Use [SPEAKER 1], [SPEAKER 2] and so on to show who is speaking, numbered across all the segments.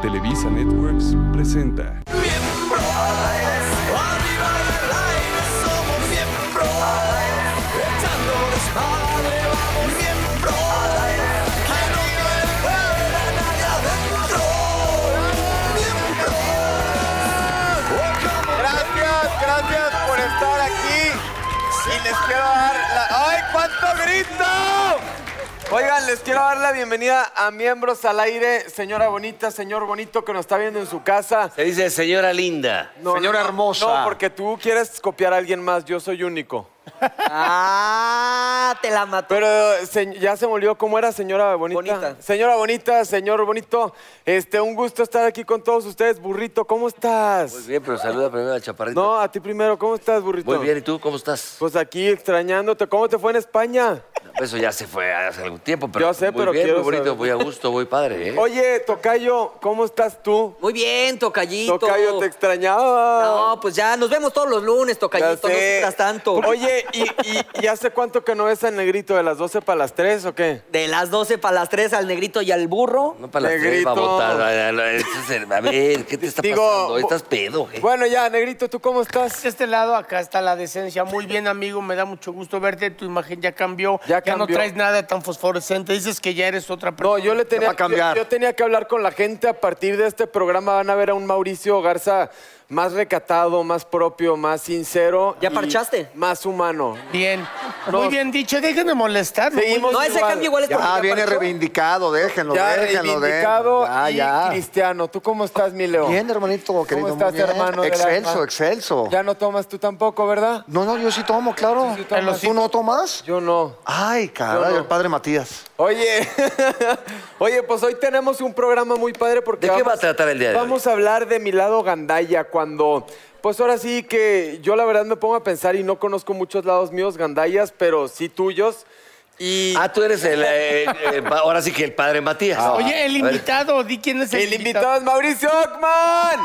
[SPEAKER 1] Televisa Networks presenta.
[SPEAKER 2] Miembro al aire, arriba del aire, somos miembro al aire, echando desmadre, vamos miembro al aire, que no me espera nadie adentro, miembro.
[SPEAKER 3] Gracias, gracias por estar aquí. Y les quiero dar la... ¡Ay, cuánto grito! Oigan, les quiero dar la bienvenida a miembros al aire, señora bonita, señor bonito que nos está viendo en su casa.
[SPEAKER 4] Se dice Eh, señora linda.
[SPEAKER 3] No, señora hermosa. No, porque tú quieres copiar a alguien más, yo soy único.
[SPEAKER 5] Ah, te la mató.
[SPEAKER 3] Pero se- ya se me olvidó cómo era, señora bonita.
[SPEAKER 5] Bonita.
[SPEAKER 3] Señora bonita, señor bonito. Este, un gusto estar aquí con todos ustedes. Burrito, ¿cómo estás?
[SPEAKER 4] Muy bien, pero saluda primero al chaparrito.
[SPEAKER 3] No, a ti primero, ¿cómo estás, burrito?
[SPEAKER 4] Muy bien, ¿y tú cómo estás?
[SPEAKER 3] Pues aquí extrañándote. ¿Cómo te fue en España?
[SPEAKER 4] Eso ya se fue hace algún tiempo, pero
[SPEAKER 3] Yo sé,
[SPEAKER 4] muy
[SPEAKER 3] pero
[SPEAKER 4] bien,
[SPEAKER 3] quiero
[SPEAKER 4] muy bonito,
[SPEAKER 3] saber.
[SPEAKER 4] muy a gusto, muy padre, ¿eh?
[SPEAKER 3] Oye, Tocayo, ¿cómo estás tú?
[SPEAKER 5] Muy bien, Tocayito.
[SPEAKER 3] Tocayo, te extrañaba.
[SPEAKER 5] No, pues ya, nos vemos todos los lunes,
[SPEAKER 3] Ya
[SPEAKER 5] Tocayito, no
[SPEAKER 3] sé.
[SPEAKER 5] sufras tanto.
[SPEAKER 3] Oye, ¿y, y, y hace cuánto que no ves al negrito? ¿De las 12 para las 3 o qué?
[SPEAKER 5] De las 12 para las 3 al negrito y al burro.
[SPEAKER 4] No para las tres,
[SPEAKER 3] Negrito.
[SPEAKER 4] babota. A a ver, ¿qué te está pasando? ¿Estás pedo? ¿eh?
[SPEAKER 3] Bueno, ya, negrito, ¿tú cómo estás?
[SPEAKER 6] De este lado, acá está la decencia. Muy bien, amigo, me da mucho gusto verte. Tu imagen ya cambió.
[SPEAKER 3] Ya
[SPEAKER 6] no
[SPEAKER 3] cambió.
[SPEAKER 6] traes nada tan fosforescente. Dices que ya eres otra persona.
[SPEAKER 3] No, yo le tenía, yo, yo tenía que hablar con la gente. A partir de este programa van a ver a un Mauricio Garza más recatado, más propio, más sincero.
[SPEAKER 5] ¿Ya
[SPEAKER 3] y
[SPEAKER 5] parchaste?
[SPEAKER 3] Más humano.
[SPEAKER 6] Bien.
[SPEAKER 3] No.
[SPEAKER 6] Muy bien dicho, dejen de molestar.
[SPEAKER 3] Seguimos
[SPEAKER 5] No, ese
[SPEAKER 3] igual.
[SPEAKER 5] cambio igual es porque
[SPEAKER 7] Ya,
[SPEAKER 5] ya
[SPEAKER 7] viene
[SPEAKER 5] partió.
[SPEAKER 7] reivindicado, déjenlo,
[SPEAKER 3] Ya
[SPEAKER 7] déjenlo,
[SPEAKER 3] reivindicado
[SPEAKER 7] déjenlo.
[SPEAKER 3] y
[SPEAKER 7] Ya, ya.
[SPEAKER 3] cristiano. ¿Tú cómo estás, mi Leo?
[SPEAKER 7] Bien, hermanito, querido.
[SPEAKER 3] ¿Cómo estás,
[SPEAKER 7] muy bien.
[SPEAKER 3] hermano? del
[SPEAKER 7] Excelso,
[SPEAKER 3] alma?
[SPEAKER 7] excelso.
[SPEAKER 3] Ya no tomas tú tampoco, ¿verdad?
[SPEAKER 7] No, no, yo sí tomo, claro.
[SPEAKER 3] Sí, sí tomas.
[SPEAKER 7] ¿Tú no tomas?
[SPEAKER 3] Yo no.
[SPEAKER 7] Ay, caray,
[SPEAKER 3] Yo no.
[SPEAKER 7] el padre Matías.
[SPEAKER 3] Oye, oye, pues hoy tenemos un programa muy padre porque.
[SPEAKER 4] ¿De qué va a tratar el día de hoy?
[SPEAKER 3] Vamos a hablar de mi lado gandaya cuando. Pues ahora sí que yo la verdad me pongo a pensar y no conozco muchos lados míos gandayas, pero sí tuyos. Y
[SPEAKER 4] Ah, tú eres el. eh, eh, pa- ahora sí que el padre Matías.
[SPEAKER 3] Ah.
[SPEAKER 6] Oye, el
[SPEAKER 4] A ver,
[SPEAKER 6] invitado, di quién es el,
[SPEAKER 3] el invitado es Mauricio Ockman,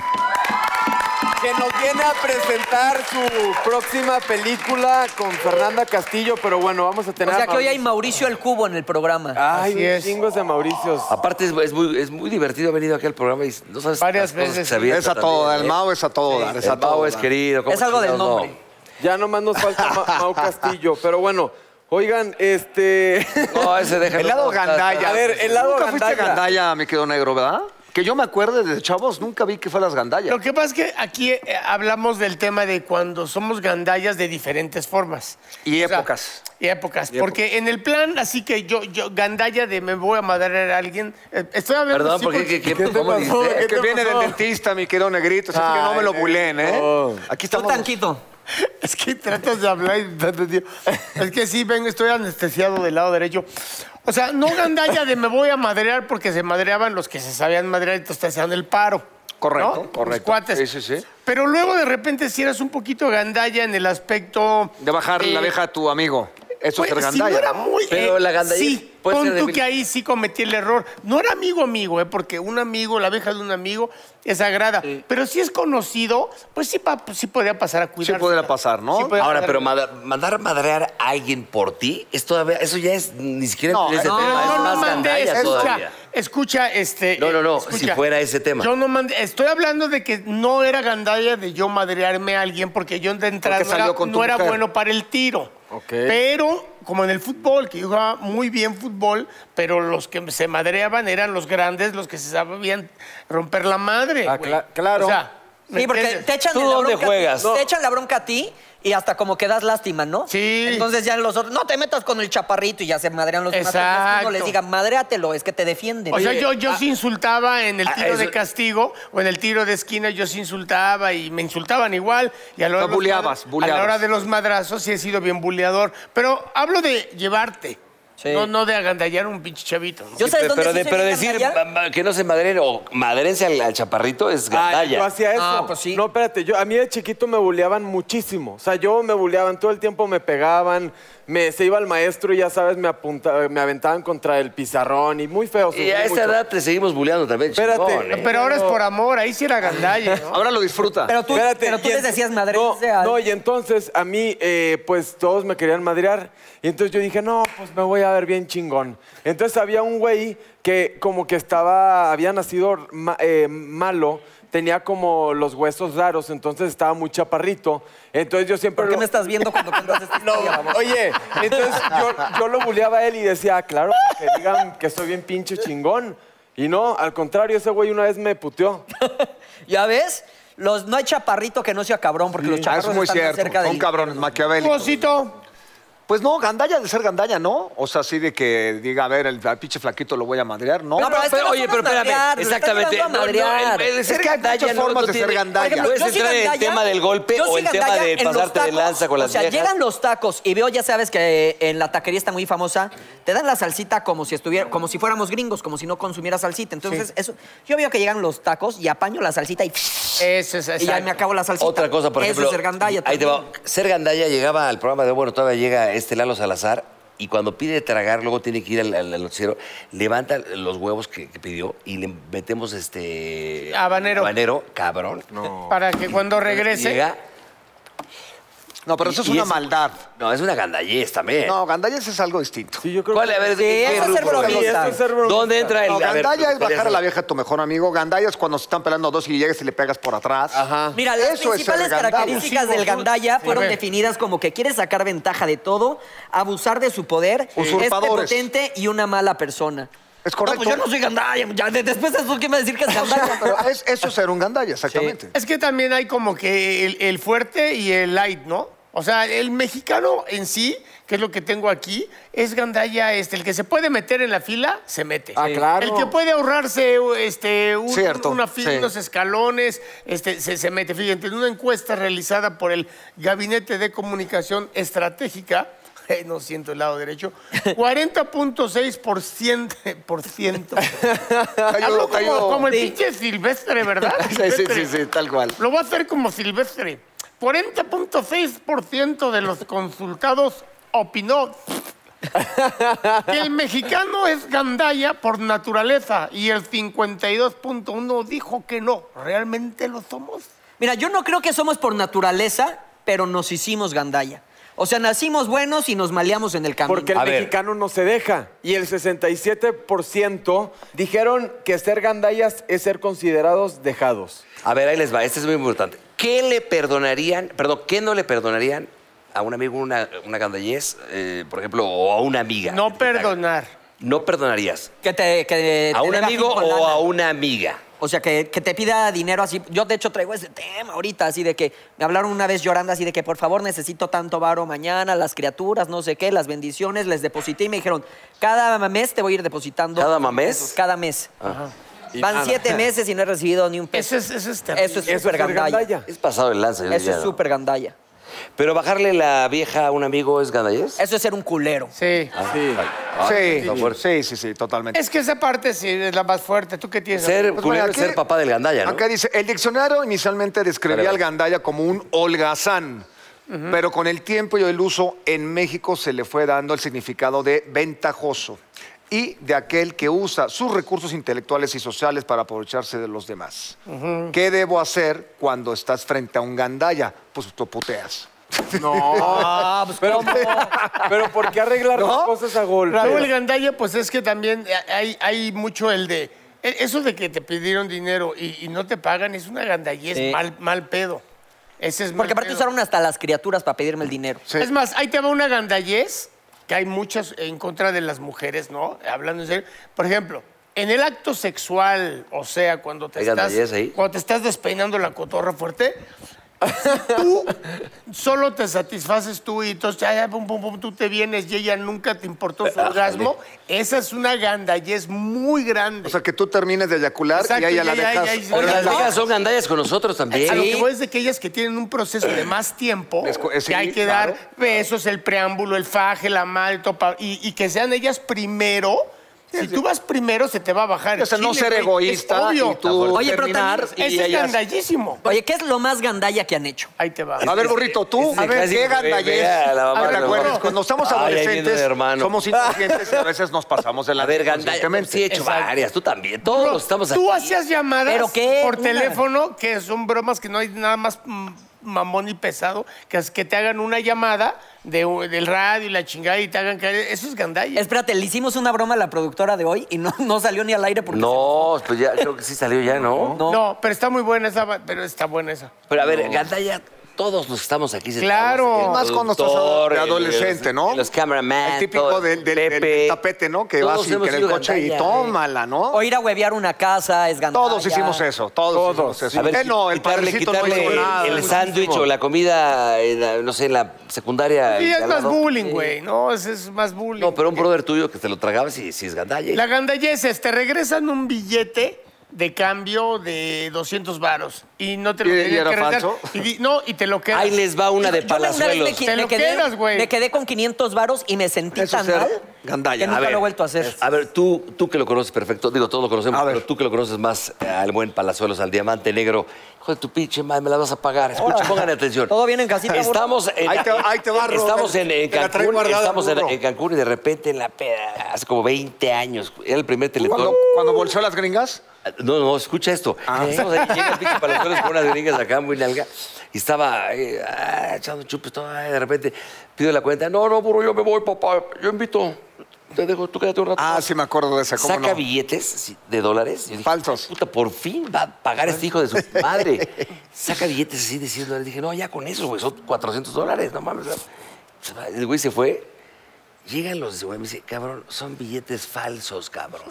[SPEAKER 3] que nos viene a presentar su próxima película con Fernanda Castillo, pero bueno, vamos a
[SPEAKER 5] O
[SPEAKER 3] tener.
[SPEAKER 5] sea
[SPEAKER 3] a
[SPEAKER 5] que hoy hay
[SPEAKER 3] Mauricio.
[SPEAKER 5] Mauricio el Cubo en el programa.
[SPEAKER 3] Ay,
[SPEAKER 6] Así
[SPEAKER 3] un
[SPEAKER 6] es.
[SPEAKER 3] chingos de Mauricios.
[SPEAKER 4] Aparte, es, es muy, es muy divertido haber venido aquí al programa y no sabes. las
[SPEAKER 6] Varias
[SPEAKER 4] cosas que
[SPEAKER 6] veces.
[SPEAKER 4] se avienta
[SPEAKER 7] es a
[SPEAKER 4] también,
[SPEAKER 7] todo,
[SPEAKER 4] ¿eh?
[SPEAKER 7] el Mao es a todo. dar, es a
[SPEAKER 4] El Mau
[SPEAKER 7] todo.
[SPEAKER 4] es
[SPEAKER 7] dar.
[SPEAKER 4] querido. ¿cómo
[SPEAKER 5] Es algo del
[SPEAKER 4] chingados no?
[SPEAKER 5] nombre.
[SPEAKER 3] Ya nomás nos falta Ma- Mau Castillo, pero bueno, oigan, este.
[SPEAKER 4] No, ese déjalo.
[SPEAKER 7] El lado
[SPEAKER 4] no, está-
[SPEAKER 7] gandaya.
[SPEAKER 4] está-
[SPEAKER 3] A ver, el lado
[SPEAKER 7] Nunca fuiste
[SPEAKER 3] gandalla.
[SPEAKER 7] gandalla, mi querido negro, ¿verdad? Que yo me acuerde de chavos, nunca vi que fue las gandallas.
[SPEAKER 6] Lo que pasa es que aquí eh, hablamos del tema de cuando somos gandallas de diferentes formas.
[SPEAKER 7] Y
[SPEAKER 6] O sea,
[SPEAKER 7] épocas.
[SPEAKER 6] y épocas. Porque en el plan, así que yo, yo gandalla de me voy a madrear a alguien. eh, Estoy hablando
[SPEAKER 4] Perdón,
[SPEAKER 6] así
[SPEAKER 4] porque.
[SPEAKER 6] porque-
[SPEAKER 4] que- que- ¿Cómo
[SPEAKER 3] pasó?
[SPEAKER 4] dijiste?
[SPEAKER 3] ¿Qué
[SPEAKER 7] Eh, que
[SPEAKER 3] te
[SPEAKER 7] viene
[SPEAKER 3] pasó?
[SPEAKER 7] del dentista, mi querido negrito, así que no me lo bulen, ¿eh? Aquí
[SPEAKER 5] Tú
[SPEAKER 7] estamos.
[SPEAKER 5] tanquito.
[SPEAKER 6] Es que tratas de hablar y no te entiendo. Es que sí, vengo, estoy anestesiado del lado derecho. O sea, no gandalla de me voy a madrear porque se madreaban los que se sabían madrear y entonces te hacían el paro.
[SPEAKER 7] Correcto,
[SPEAKER 6] ¿no? Los
[SPEAKER 7] correcto.
[SPEAKER 6] cuates.
[SPEAKER 7] Sí, sí, sí.
[SPEAKER 6] Pero luego de repente si eras un poquito gandalla en el aspecto...
[SPEAKER 7] De bajar
[SPEAKER 6] eh,
[SPEAKER 7] la abeja a tu amigo. Eso
[SPEAKER 6] pues,
[SPEAKER 7] es ser
[SPEAKER 6] si no
[SPEAKER 7] gandalla.
[SPEAKER 6] era
[SPEAKER 7] ¿no?
[SPEAKER 6] muy... eh,
[SPEAKER 4] Pero la gandalla
[SPEAKER 6] Sí,
[SPEAKER 4] puede ser
[SPEAKER 6] pon tú
[SPEAKER 4] débil.
[SPEAKER 6] que ahí sí cometí el error. No era amigo amigo, ¿eh? porque un amigo, la abeja de un amigo, es sagrada. Pero si es conocido, pues sí, pa- sí podría pasar a cuidarse.
[SPEAKER 7] podría pasar, ¿no?
[SPEAKER 6] Sí podría
[SPEAKER 4] Ahora,
[SPEAKER 6] pasar.
[SPEAKER 4] pero mada- mandar a madrear a alguien por ti, es todavía, eso ya es ni siquiera
[SPEAKER 7] No,
[SPEAKER 4] ese
[SPEAKER 7] no,
[SPEAKER 4] tema,
[SPEAKER 6] No,
[SPEAKER 4] es
[SPEAKER 6] no, no
[SPEAKER 4] más
[SPEAKER 6] mandé,
[SPEAKER 4] gandalla
[SPEAKER 6] escucha,
[SPEAKER 4] todavía.
[SPEAKER 6] escucha, este...
[SPEAKER 4] No, no, no,
[SPEAKER 6] eh, escucha.
[SPEAKER 4] si fuera ese tema.
[SPEAKER 6] Yo no mandé, estoy hablando de que no era gandalla de yo madrearme a alguien porque yo de entrada
[SPEAKER 7] Porque
[SPEAKER 6] no era,
[SPEAKER 7] salió con tu
[SPEAKER 6] no era
[SPEAKER 7] mujer.
[SPEAKER 6] bueno para el tiro.
[SPEAKER 3] Ok.
[SPEAKER 6] Pero, como en el fútbol, que yo jugaba muy bien fútbol, pero los que se madreaban eran los grandes, los que se sabían romper la madre,
[SPEAKER 3] Ah,
[SPEAKER 6] güey.
[SPEAKER 3] cla- claro.
[SPEAKER 6] O sea, ¿me
[SPEAKER 5] Sí, porque
[SPEAKER 6] entiendes?
[SPEAKER 5] te echan
[SPEAKER 4] ¿Tú
[SPEAKER 5] la
[SPEAKER 4] dónde
[SPEAKER 5] bronca
[SPEAKER 4] juegas?
[SPEAKER 5] a ti,
[SPEAKER 4] No.
[SPEAKER 5] Te echan la bronca a ti y hasta como que das lástima, ¿no?
[SPEAKER 6] Sí.
[SPEAKER 5] Entonces ya los otros, no te metas con el chaparrito y ya se madrean los demás. porque Es que
[SPEAKER 6] Exacto.
[SPEAKER 5] uno les diga, madréatelo, es que te defienden.
[SPEAKER 6] O sea, yo, yo sí insultaba en el
[SPEAKER 4] ah,
[SPEAKER 6] tiro de
[SPEAKER 4] eso-
[SPEAKER 6] castigo o en el tiro de esquina, yo sí insultaba y me insultaban igual. Y a la hora,
[SPEAKER 7] No,
[SPEAKER 6] de los
[SPEAKER 7] buleabas,
[SPEAKER 6] madra-
[SPEAKER 7] buleabas.
[SPEAKER 6] A la hora de los madrazos sí he sido bien buleador. Pero hablo de llevarte,
[SPEAKER 5] Sí.
[SPEAKER 6] no, no de agandallar un pinche chavito. ¿no?
[SPEAKER 5] Yo-
[SPEAKER 4] Sí,
[SPEAKER 5] sabes
[SPEAKER 4] pero,
[SPEAKER 5] dónde
[SPEAKER 4] pero
[SPEAKER 5] sí
[SPEAKER 4] de-
[SPEAKER 5] soy
[SPEAKER 4] pero
[SPEAKER 5] bien
[SPEAKER 4] decir
[SPEAKER 5] gandalla?
[SPEAKER 4] ma- ma- que no se madreen o madrense al, al chaparrito es
[SPEAKER 3] Ay,
[SPEAKER 4] gandalla.
[SPEAKER 3] yo hacía eso.
[SPEAKER 5] Ah, pues sí.
[SPEAKER 3] No, espérate, yo, a mí de chiquito me buleaban muchísimo. O sea, yo me buleaban, todo el tiempo me pegaban, me, se iba al maestro y ya sabes, me, apunta, me aventaban contra el pizarrón y muy feo.
[SPEAKER 4] y a
[SPEAKER 3] sufrí
[SPEAKER 4] esa
[SPEAKER 3] mucho.
[SPEAKER 4] edad te seguimos buleando también.
[SPEAKER 3] Espérate.
[SPEAKER 4] chingón, ¿eh?
[SPEAKER 6] Pero ahora es por amor, ahí sí era agandalla, ¿no?
[SPEAKER 7] Ahora lo disfruta.
[SPEAKER 5] Pero tú,
[SPEAKER 3] Espérate,
[SPEAKER 5] pero tú
[SPEAKER 3] y
[SPEAKER 5] les
[SPEAKER 3] en-
[SPEAKER 5] decías
[SPEAKER 3] no,
[SPEAKER 5] madrearse a
[SPEAKER 3] no, y entonces a mí, eh, pues todos me querían madrear. Y entonces yo dije, no, pues me voy a iba a ver bien chingón. Entonces había un güey que como que estaba, había nacido ma- eh, malo, tenía como los huesos raros, entonces estaba muy chaparrito. Entonces yo siempre...
[SPEAKER 5] ¿Por qué
[SPEAKER 3] lo-
[SPEAKER 5] me estás viendo cuando cuentas esta
[SPEAKER 3] No,
[SPEAKER 5] historia, baboso?
[SPEAKER 3] oye, entonces yo, yo lo buleaba a él y decía, "Ah, claro, que digan que estoy bien pinche chingón. Y no, al contrario, ese güey una vez me puteó.
[SPEAKER 5] ¿Ya ves? Los, no hay chaparrito que no sea cabrón, porque los
[SPEAKER 7] Ah,
[SPEAKER 5] chaparros
[SPEAKER 7] es muy
[SPEAKER 5] están más
[SPEAKER 7] cierto.
[SPEAKER 5] cerca de
[SPEAKER 7] Son cabrones maquiavélicos.
[SPEAKER 6] Osito,
[SPEAKER 7] Pues no, gandalla de ser gandalla, ¿no? O sea, así de que diga, a ver, el al pinche flaquito lo voy a madrear, ¿no.
[SPEAKER 5] No, pero es que no
[SPEAKER 8] oye,
[SPEAKER 5] somos
[SPEAKER 8] pero espérame.
[SPEAKER 5] madrear, lo estás
[SPEAKER 8] exactamente.
[SPEAKER 5] llevando a
[SPEAKER 8] no, no,
[SPEAKER 5] madrear.
[SPEAKER 8] el- el
[SPEAKER 7] Es
[SPEAKER 8] ser
[SPEAKER 7] que hay
[SPEAKER 8] gandalla
[SPEAKER 7] muchas
[SPEAKER 8] no- no
[SPEAKER 7] formas de ser
[SPEAKER 8] tiene-
[SPEAKER 7] gandalla.
[SPEAKER 8] Por ejemplo,
[SPEAKER 7] Puedes
[SPEAKER 8] Yo
[SPEAKER 5] sí
[SPEAKER 8] sí en el
[SPEAKER 5] gandalla,
[SPEAKER 8] tema del golpe
[SPEAKER 5] yo
[SPEAKER 8] o
[SPEAKER 5] sí
[SPEAKER 8] el tema
[SPEAKER 5] gandalla
[SPEAKER 8] de
[SPEAKER 5] en los
[SPEAKER 8] pasarte de
[SPEAKER 5] tacos.
[SPEAKER 8] lanza con las
[SPEAKER 5] O sea,
[SPEAKER 8] viejas.
[SPEAKER 5] llegan los tacos y veo, ya sabes que en la taquería está muy famosa, te dan la salsita como si estuviera, como si fuéramos gringos, como si no consumiera salsita. Entonces, eso, yo veo que llegan los tacos y apaño la salsita y,
[SPEAKER 6] Eso es
[SPEAKER 5] y ya me acabo la salsita.
[SPEAKER 4] Otra cosa, por
[SPEAKER 5] Eso
[SPEAKER 4] ejemplo.
[SPEAKER 5] es ser gandalla
[SPEAKER 4] Ahí te va.
[SPEAKER 5] también.
[SPEAKER 4] Ser gandalla llegaba al programa de bueno, todavía llega este Lalo Salazar y cuando pide tragar, luego tiene que ir al, al, al noticiero, levanta los huevos que, que pidió y le metemos este.
[SPEAKER 6] Habanero.
[SPEAKER 4] Habanero, cabrón.
[SPEAKER 6] para que cuando
[SPEAKER 4] Y
[SPEAKER 6] regrese.
[SPEAKER 4] Llega.
[SPEAKER 7] No, pero eso es
[SPEAKER 4] y- y
[SPEAKER 7] una
[SPEAKER 4] es-
[SPEAKER 7] maldad.
[SPEAKER 4] No, es una gandallez también.
[SPEAKER 7] No, gandallas es algo distinto.
[SPEAKER 3] Sí, yo creo
[SPEAKER 4] ¿Cuál?
[SPEAKER 3] que-
[SPEAKER 4] A ver,
[SPEAKER 5] Sí,
[SPEAKER 4] ¿en qué
[SPEAKER 5] eso es ser
[SPEAKER 4] rubro?
[SPEAKER 5] bromista.
[SPEAKER 4] Sí, eso es ser bromista. ¿Dónde entra el.?
[SPEAKER 7] No,
[SPEAKER 4] a ver,
[SPEAKER 7] gandalla es
[SPEAKER 4] podrías-
[SPEAKER 7] bajar a la vieja a tu mejor amigo. Gandalla es cuando se están pelando dos y llegas y le pegas por atrás.
[SPEAKER 4] Ajá.
[SPEAKER 5] Mira, las
[SPEAKER 7] Eso es ser
[SPEAKER 5] principales
[SPEAKER 7] gandalla.
[SPEAKER 5] características del gandalla fueron
[SPEAKER 6] ver.
[SPEAKER 5] definidas como que quiere sacar ventaja de todo, abusar de su poder, es
[SPEAKER 7] Usurpadores.
[SPEAKER 5] potente y una mala persona.
[SPEAKER 7] Es
[SPEAKER 5] No,
[SPEAKER 7] correcto.
[SPEAKER 5] pues yo no soy gandalla. ya de- después de eso, ¿quién me va a decir que es gandalla?
[SPEAKER 7] Pero es, eso es ser un gandalla, exactamente.
[SPEAKER 6] Es que también hay como que el, el fuerte y el light, ¿no? O sea, el mexicano en sí, que es lo que tengo aquí, es gandalla este. El que se puede meter en la fila, se mete.
[SPEAKER 3] Ah, claro.
[SPEAKER 6] El que puede ahorrarse este, un-
[SPEAKER 7] Cierto,
[SPEAKER 6] una fila,
[SPEAKER 7] sí.
[SPEAKER 6] unos escalones, este, se, se mete. Fíjate, en una encuesta realizada por el Gabinete de Comunicación Estratégica, eh, no siento el lado derecho, 40.6%. por ciento.
[SPEAKER 7] Te ayudo,
[SPEAKER 6] Hablo
[SPEAKER 7] te
[SPEAKER 6] como,
[SPEAKER 7] ayudo.
[SPEAKER 6] como el pinche silvestre, ¿verdad?
[SPEAKER 7] Sí, sí, sí,
[SPEAKER 6] Silvestre.
[SPEAKER 7] sí, tal cual.
[SPEAKER 6] Lo voy a hacer como silvestre. 40.6% de los consultados opinó que el mexicano es gandalla por naturaleza y el 52.1 dijo que no. ¿Realmente lo somos?
[SPEAKER 5] Mira, yo no creo que somos por naturaleza, pero nos hicimos gandalla. O sea, nacimos buenos y nos maleamos en el camino.
[SPEAKER 3] Porque el
[SPEAKER 4] A ver.
[SPEAKER 3] mexicano no se deja. Y el 67% dijeron que ser gandallas es ser considerados dejados.
[SPEAKER 4] A ver, ahí les va, este es muy importante. ¿Qué le perdonarían, perdón, qué no le perdonarían a un amigo, una, una gandallez, eh, por ejemplo, o a una amiga?
[SPEAKER 6] No perdonar.
[SPEAKER 4] No perdonarías
[SPEAKER 5] Que te, que
[SPEAKER 4] a
[SPEAKER 5] te
[SPEAKER 4] un
[SPEAKER 5] deba
[SPEAKER 4] amigo
[SPEAKER 5] cinco
[SPEAKER 4] o
[SPEAKER 5] lana.
[SPEAKER 4] a una amiga.
[SPEAKER 5] O sea, que, que te pida dinero así. Yo, de hecho, traigo ese tema ahorita, así de que me hablaron una vez llorando, así de que por favor necesito tanto varo mañana, las criaturas, no sé qué, las bendiciones, les deposité y me dijeron, cada mes te voy a ir depositando.
[SPEAKER 4] ¿Cada mamés?
[SPEAKER 5] pesos, Cada mes. Van siete meses y no he recibido ni un peso.
[SPEAKER 6] Eso es, eso es terrible.
[SPEAKER 5] Eso es
[SPEAKER 3] Eso es
[SPEAKER 5] súper
[SPEAKER 3] ser
[SPEAKER 5] gandalla.
[SPEAKER 3] gandalla.
[SPEAKER 4] Es pasado el lance. yo
[SPEAKER 5] Eso
[SPEAKER 4] diría,
[SPEAKER 5] es
[SPEAKER 4] ¿no?
[SPEAKER 5] súper gandalla.
[SPEAKER 4] Pero bajarle la vieja a un amigo es gandallez.
[SPEAKER 5] Eso es ser un culero.
[SPEAKER 6] Sí.
[SPEAKER 3] Sí.
[SPEAKER 7] Sí,
[SPEAKER 4] no, por-
[SPEAKER 7] sí, sí, sí, totalmente.
[SPEAKER 6] Es que esa parte sí es la más fuerte. ¿Tú qué tienes?
[SPEAKER 4] Ser
[SPEAKER 7] Pues
[SPEAKER 4] culero
[SPEAKER 7] mira,
[SPEAKER 4] es
[SPEAKER 7] aquí-
[SPEAKER 4] ser papá del gandalla, ¿no?
[SPEAKER 7] Acá dice, el diccionario inicialmente
[SPEAKER 4] Vale,
[SPEAKER 7] describía al
[SPEAKER 4] vale.
[SPEAKER 7] gandalla como un holgazán, pero con el tiempo y el uso en México se le fue dando el significado de ventajoso y de aquel que usa sus recursos intelectuales y sociales para aprovecharse de los demás. ¿Qué debo hacer cuando estás frente a un gandalla? Pues tú puteas.
[SPEAKER 5] Ah, pues
[SPEAKER 3] Pero,
[SPEAKER 5] ¿cómo?
[SPEAKER 3] pero ¿por qué arreglar las cosas a golpe?
[SPEAKER 6] Luego el gandalla, pues es que también hay, hay mucho el de... e, Eso de que te pidieron dinero y, y no te pagan es una gandallez
[SPEAKER 5] Sí.
[SPEAKER 6] mal, mal pedo. Ese es mal
[SPEAKER 5] Porque aparte
[SPEAKER 6] pedo.
[SPEAKER 5] usaron hasta las criaturas para pedirme el dinero.
[SPEAKER 6] Es más, ahí te va una gandallez, que hay muchas en contra de las mujeres, ¿no? Hablando en serio. Por ejemplo, en el acto sexual, o sea, cuando te,
[SPEAKER 4] ¿Hay
[SPEAKER 6] estás,
[SPEAKER 4] gandallez ahí?
[SPEAKER 6] cuando te estás despeinando la cotorra fuerte, tú solo te satisfaces tú y entonces ay, ay, pum, pum, pum, tú te vienes y ella nunca te importó su orgasmo. Esa es una gandallez muy grande.
[SPEAKER 7] O sea, que tú termines de eyacular
[SPEAKER 6] Exacto,
[SPEAKER 7] y a ella
[SPEAKER 6] y
[SPEAKER 7] la
[SPEAKER 6] ella-
[SPEAKER 7] dejas.
[SPEAKER 6] ella- ella-
[SPEAKER 4] Pero
[SPEAKER 6] Oigan,
[SPEAKER 4] las
[SPEAKER 6] ¿no?
[SPEAKER 4] viejas son gandallas con nosotros
[SPEAKER 6] A lo que
[SPEAKER 4] también.
[SPEAKER 6] voy es de que ellas que tienen un proceso de más tiempo,
[SPEAKER 7] Es co- es-
[SPEAKER 6] que hay
[SPEAKER 7] sí,
[SPEAKER 6] que dar
[SPEAKER 7] claro.
[SPEAKER 6] besos, el preámbulo, el faje, la madre, topa, y, y que sean ellas primero. Si tú vas primero, se te va a bajar. el
[SPEAKER 7] O sea, no
[SPEAKER 6] chile,
[SPEAKER 7] ser
[SPEAKER 6] güey. Es
[SPEAKER 7] egoísta
[SPEAKER 6] obvio.
[SPEAKER 7] y tú
[SPEAKER 5] Oye, pero
[SPEAKER 7] terminar
[SPEAKER 5] también-
[SPEAKER 7] y
[SPEAKER 6] Ese es
[SPEAKER 7] ellas-
[SPEAKER 6] gandallísimo.
[SPEAKER 5] Oye, ¿qué es lo más gandalla que han hecho?
[SPEAKER 6] Ahí te va.
[SPEAKER 7] A ver, burrito, tú,
[SPEAKER 4] Ese
[SPEAKER 7] a ver,
[SPEAKER 4] clásico
[SPEAKER 7] qué
[SPEAKER 4] que ve
[SPEAKER 7] gandallez.
[SPEAKER 4] a la mamá
[SPEAKER 7] ¿Te
[SPEAKER 4] de los
[SPEAKER 7] acuerdas?
[SPEAKER 4] dos.
[SPEAKER 7] Cuando estamos
[SPEAKER 4] Ay, ahí viene
[SPEAKER 7] adolescentes,
[SPEAKER 4] el hermano.
[SPEAKER 7] somos inteligentes y a veces nos pasamos de la
[SPEAKER 4] A ver, gandalla.
[SPEAKER 7] inconscientemente.
[SPEAKER 4] Sí, he hecho varias, tú también. Todos
[SPEAKER 7] pues,
[SPEAKER 4] estamos aquí.
[SPEAKER 6] Tú hacías llamadas
[SPEAKER 5] ¿Pero qué?
[SPEAKER 6] por
[SPEAKER 5] Una.
[SPEAKER 6] teléfono, que son bromas que no hay nada más mm,
[SPEAKER 9] mamón y pesado que, as- que te hagan una llamada de, del radio y la chingada y te hagan caer. Eso es gandalla.
[SPEAKER 5] Espérate, le hicimos una broma a la productora de hoy y no, no salió ni al aire porque.
[SPEAKER 4] No, pues ya, creo que sí salió ya, ¿no?
[SPEAKER 5] no.
[SPEAKER 9] No, pero está muy buena esa, va- pero está buena esa.
[SPEAKER 4] Pero a ver, Gandaya, todos los que estamos aquí sentados,
[SPEAKER 9] Claro.
[SPEAKER 4] el
[SPEAKER 7] Más cuando estás
[SPEAKER 4] productor,
[SPEAKER 7] de
[SPEAKER 4] el-
[SPEAKER 7] adolescente, ¿no?
[SPEAKER 4] Los cameraman.
[SPEAKER 7] El típico
[SPEAKER 4] todo,
[SPEAKER 7] del, del- del-
[SPEAKER 4] Pepe.
[SPEAKER 7] del tapete, ¿no? Que vas
[SPEAKER 4] Todos
[SPEAKER 7] y que
[SPEAKER 4] hemos
[SPEAKER 7] en el
[SPEAKER 4] sido
[SPEAKER 7] coche y
[SPEAKER 4] gandalla,
[SPEAKER 7] tómala, ¿no?
[SPEAKER 5] O ir a huevear una casa, es gandalla.
[SPEAKER 7] todos hicimos eso, todos, hicimos eso.
[SPEAKER 4] A ver,
[SPEAKER 7] Él no, el
[SPEAKER 4] quitarle,
[SPEAKER 7] padrecito
[SPEAKER 4] quitarle
[SPEAKER 7] no hizo nada.
[SPEAKER 4] el sándwich o la comida, en la- no sé, en la secundaria.
[SPEAKER 9] Y
[SPEAKER 4] al
[SPEAKER 9] es más
[SPEAKER 4] lado.
[SPEAKER 9] bullying, güey. No, es, es más bullying.
[SPEAKER 4] No, pero un brother tuyo que te lo tragabas y si es gandalla.
[SPEAKER 9] La gandallez es, te regresan un billete de cambio de 200 varos y no te lo
[SPEAKER 7] ¿Y- y
[SPEAKER 9] tenían
[SPEAKER 7] era
[SPEAKER 9] que regresar.
[SPEAKER 7] falso?
[SPEAKER 9] Y di- no, y te lo quedas.
[SPEAKER 4] Ahí les va una de
[SPEAKER 5] Yo una- una vez
[SPEAKER 4] palazuelos.
[SPEAKER 5] me, qui-
[SPEAKER 9] Te
[SPEAKER 5] me
[SPEAKER 9] lo
[SPEAKER 5] quedé,
[SPEAKER 9] quedas, güey.
[SPEAKER 5] me quedé con 500 varos y me sentí
[SPEAKER 7] Eso
[SPEAKER 5] tan
[SPEAKER 7] es ser
[SPEAKER 5] mal
[SPEAKER 7] gandalla.
[SPEAKER 5] que
[SPEAKER 7] A
[SPEAKER 5] nunca
[SPEAKER 7] ver,
[SPEAKER 5] lo he vuelto a hacer.
[SPEAKER 4] A ver, tú, tú que lo conoces perfecto, digo, todos lo conocemos,
[SPEAKER 7] A ver.
[SPEAKER 4] pero tú que lo conoces más eh, al buen Palazuelos, al Diamante Negro, hijo de tu pinche madre, me la vas a pagar. Escucha, pongan atención.
[SPEAKER 5] Todo bien en casita, burro.
[SPEAKER 4] Estamos en, eh,
[SPEAKER 7] Ahí te- ahí te va, Ro,
[SPEAKER 4] Estamos en, en
[SPEAKER 7] te la traigo
[SPEAKER 4] Cancún,
[SPEAKER 7] guardada,
[SPEAKER 4] estamos en,
[SPEAKER 7] burro.
[SPEAKER 4] en Cancún y de repente en la peda, hace como 20 años, era el primer teletón.
[SPEAKER 7] Cuando, cuando bolseó las gringas,
[SPEAKER 4] No, no, escucha esto.
[SPEAKER 7] Ah.
[SPEAKER 4] Estamos ahí, llega el pinche Palazuelos con unas gringas acá, muy nalga, y estaba eh, ah, echando chupes, todo, ay, de repente pido la cuenta, no, no, burro, yo me voy, papá, yo invito, te dejo, tú quédate un rato.
[SPEAKER 7] ah, sí me acuerdo de esa, ¿cómo
[SPEAKER 4] Saca
[SPEAKER 7] no?
[SPEAKER 4] billetes sí, de dólares. Yo dije,
[SPEAKER 7] Falsos.
[SPEAKER 4] "Puta, por fin va a pagar este hijo de su madre. Saca billetes así de 100 dólares. Dije, no, ya con eso, güey, son 400 dólares, no mames. Se va- El güey se fue. Llegan los de güey, me dice, cabrón, son billetes falsos, cabrón.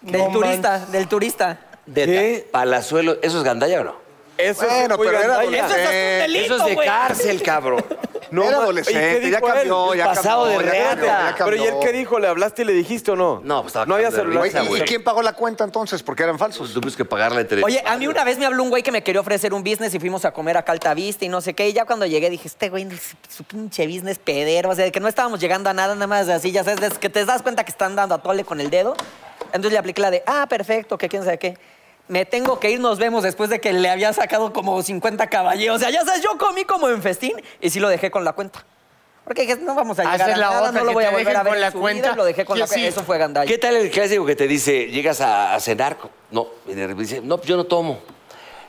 [SPEAKER 5] Del turista, del turista.
[SPEAKER 4] De Palazuelo, ¿eso es gandalla o no?
[SPEAKER 3] Eso es
[SPEAKER 7] Bueno,
[SPEAKER 3] muy
[SPEAKER 7] pero era
[SPEAKER 3] gandalla.
[SPEAKER 7] adolescente.
[SPEAKER 4] eso es de cárcel, cabrón.
[SPEAKER 7] No,
[SPEAKER 3] ma-
[SPEAKER 7] era
[SPEAKER 3] ¿y qué
[SPEAKER 7] adolescente, ya
[SPEAKER 3] dijo él?
[SPEAKER 7] cambió, ya
[SPEAKER 4] Pasado
[SPEAKER 7] cambió.
[SPEAKER 4] de
[SPEAKER 7] ya cambió,
[SPEAKER 4] reata.
[SPEAKER 7] ya
[SPEAKER 3] Pero ¿y él
[SPEAKER 7] cambió.
[SPEAKER 3] qué dijo? ¿Le hablaste y le dijiste o no?
[SPEAKER 4] No, pues estaba
[SPEAKER 3] No había
[SPEAKER 4] cagando de
[SPEAKER 3] celular.
[SPEAKER 4] risa,
[SPEAKER 3] esa,
[SPEAKER 7] Güey, ¿Y
[SPEAKER 3] güey.
[SPEAKER 7] quién pagó la cuenta entonces? Porque eran falsos.
[SPEAKER 4] Tuvimos Pues que pagarle entre.
[SPEAKER 5] Oye, a mí una vez me habló un güey que me quería ofrecer un business y fuimos a comer acá a Alta Vista y no sé qué. Y ya cuando llegué dije, este güey, su, su pinche business pedero. O sea, que no estábamos llegando a nada, nada más así, ya sabes, es que te das cuenta que están dando a tole con el dedo. Entonces le apliqué la de, ah, perfecto, que quién sabe qué. Me tengo que ir, nos vemos después de que le había sacado como 50 caballeros. O sea, ya sabes, yo comí como en festín y sí lo dejé con la cuenta. Porque dije, no vamos a llegar
[SPEAKER 9] Haces
[SPEAKER 5] a
[SPEAKER 9] la
[SPEAKER 5] nada,
[SPEAKER 9] otra,
[SPEAKER 5] no lo voy
[SPEAKER 9] que te
[SPEAKER 5] a volver
[SPEAKER 9] dejen
[SPEAKER 5] a ver
[SPEAKER 9] con
[SPEAKER 5] en
[SPEAKER 9] la
[SPEAKER 5] su
[SPEAKER 9] cuenta.
[SPEAKER 5] vida, y lo dejé con
[SPEAKER 9] Yo
[SPEAKER 5] la cuenta.
[SPEAKER 9] sí.
[SPEAKER 5] Eso fue gandalla.
[SPEAKER 4] ¿Qué tal el clásico que te dice, llegas a, a cenar? No, y de repente dice, no, pues yo no tomo.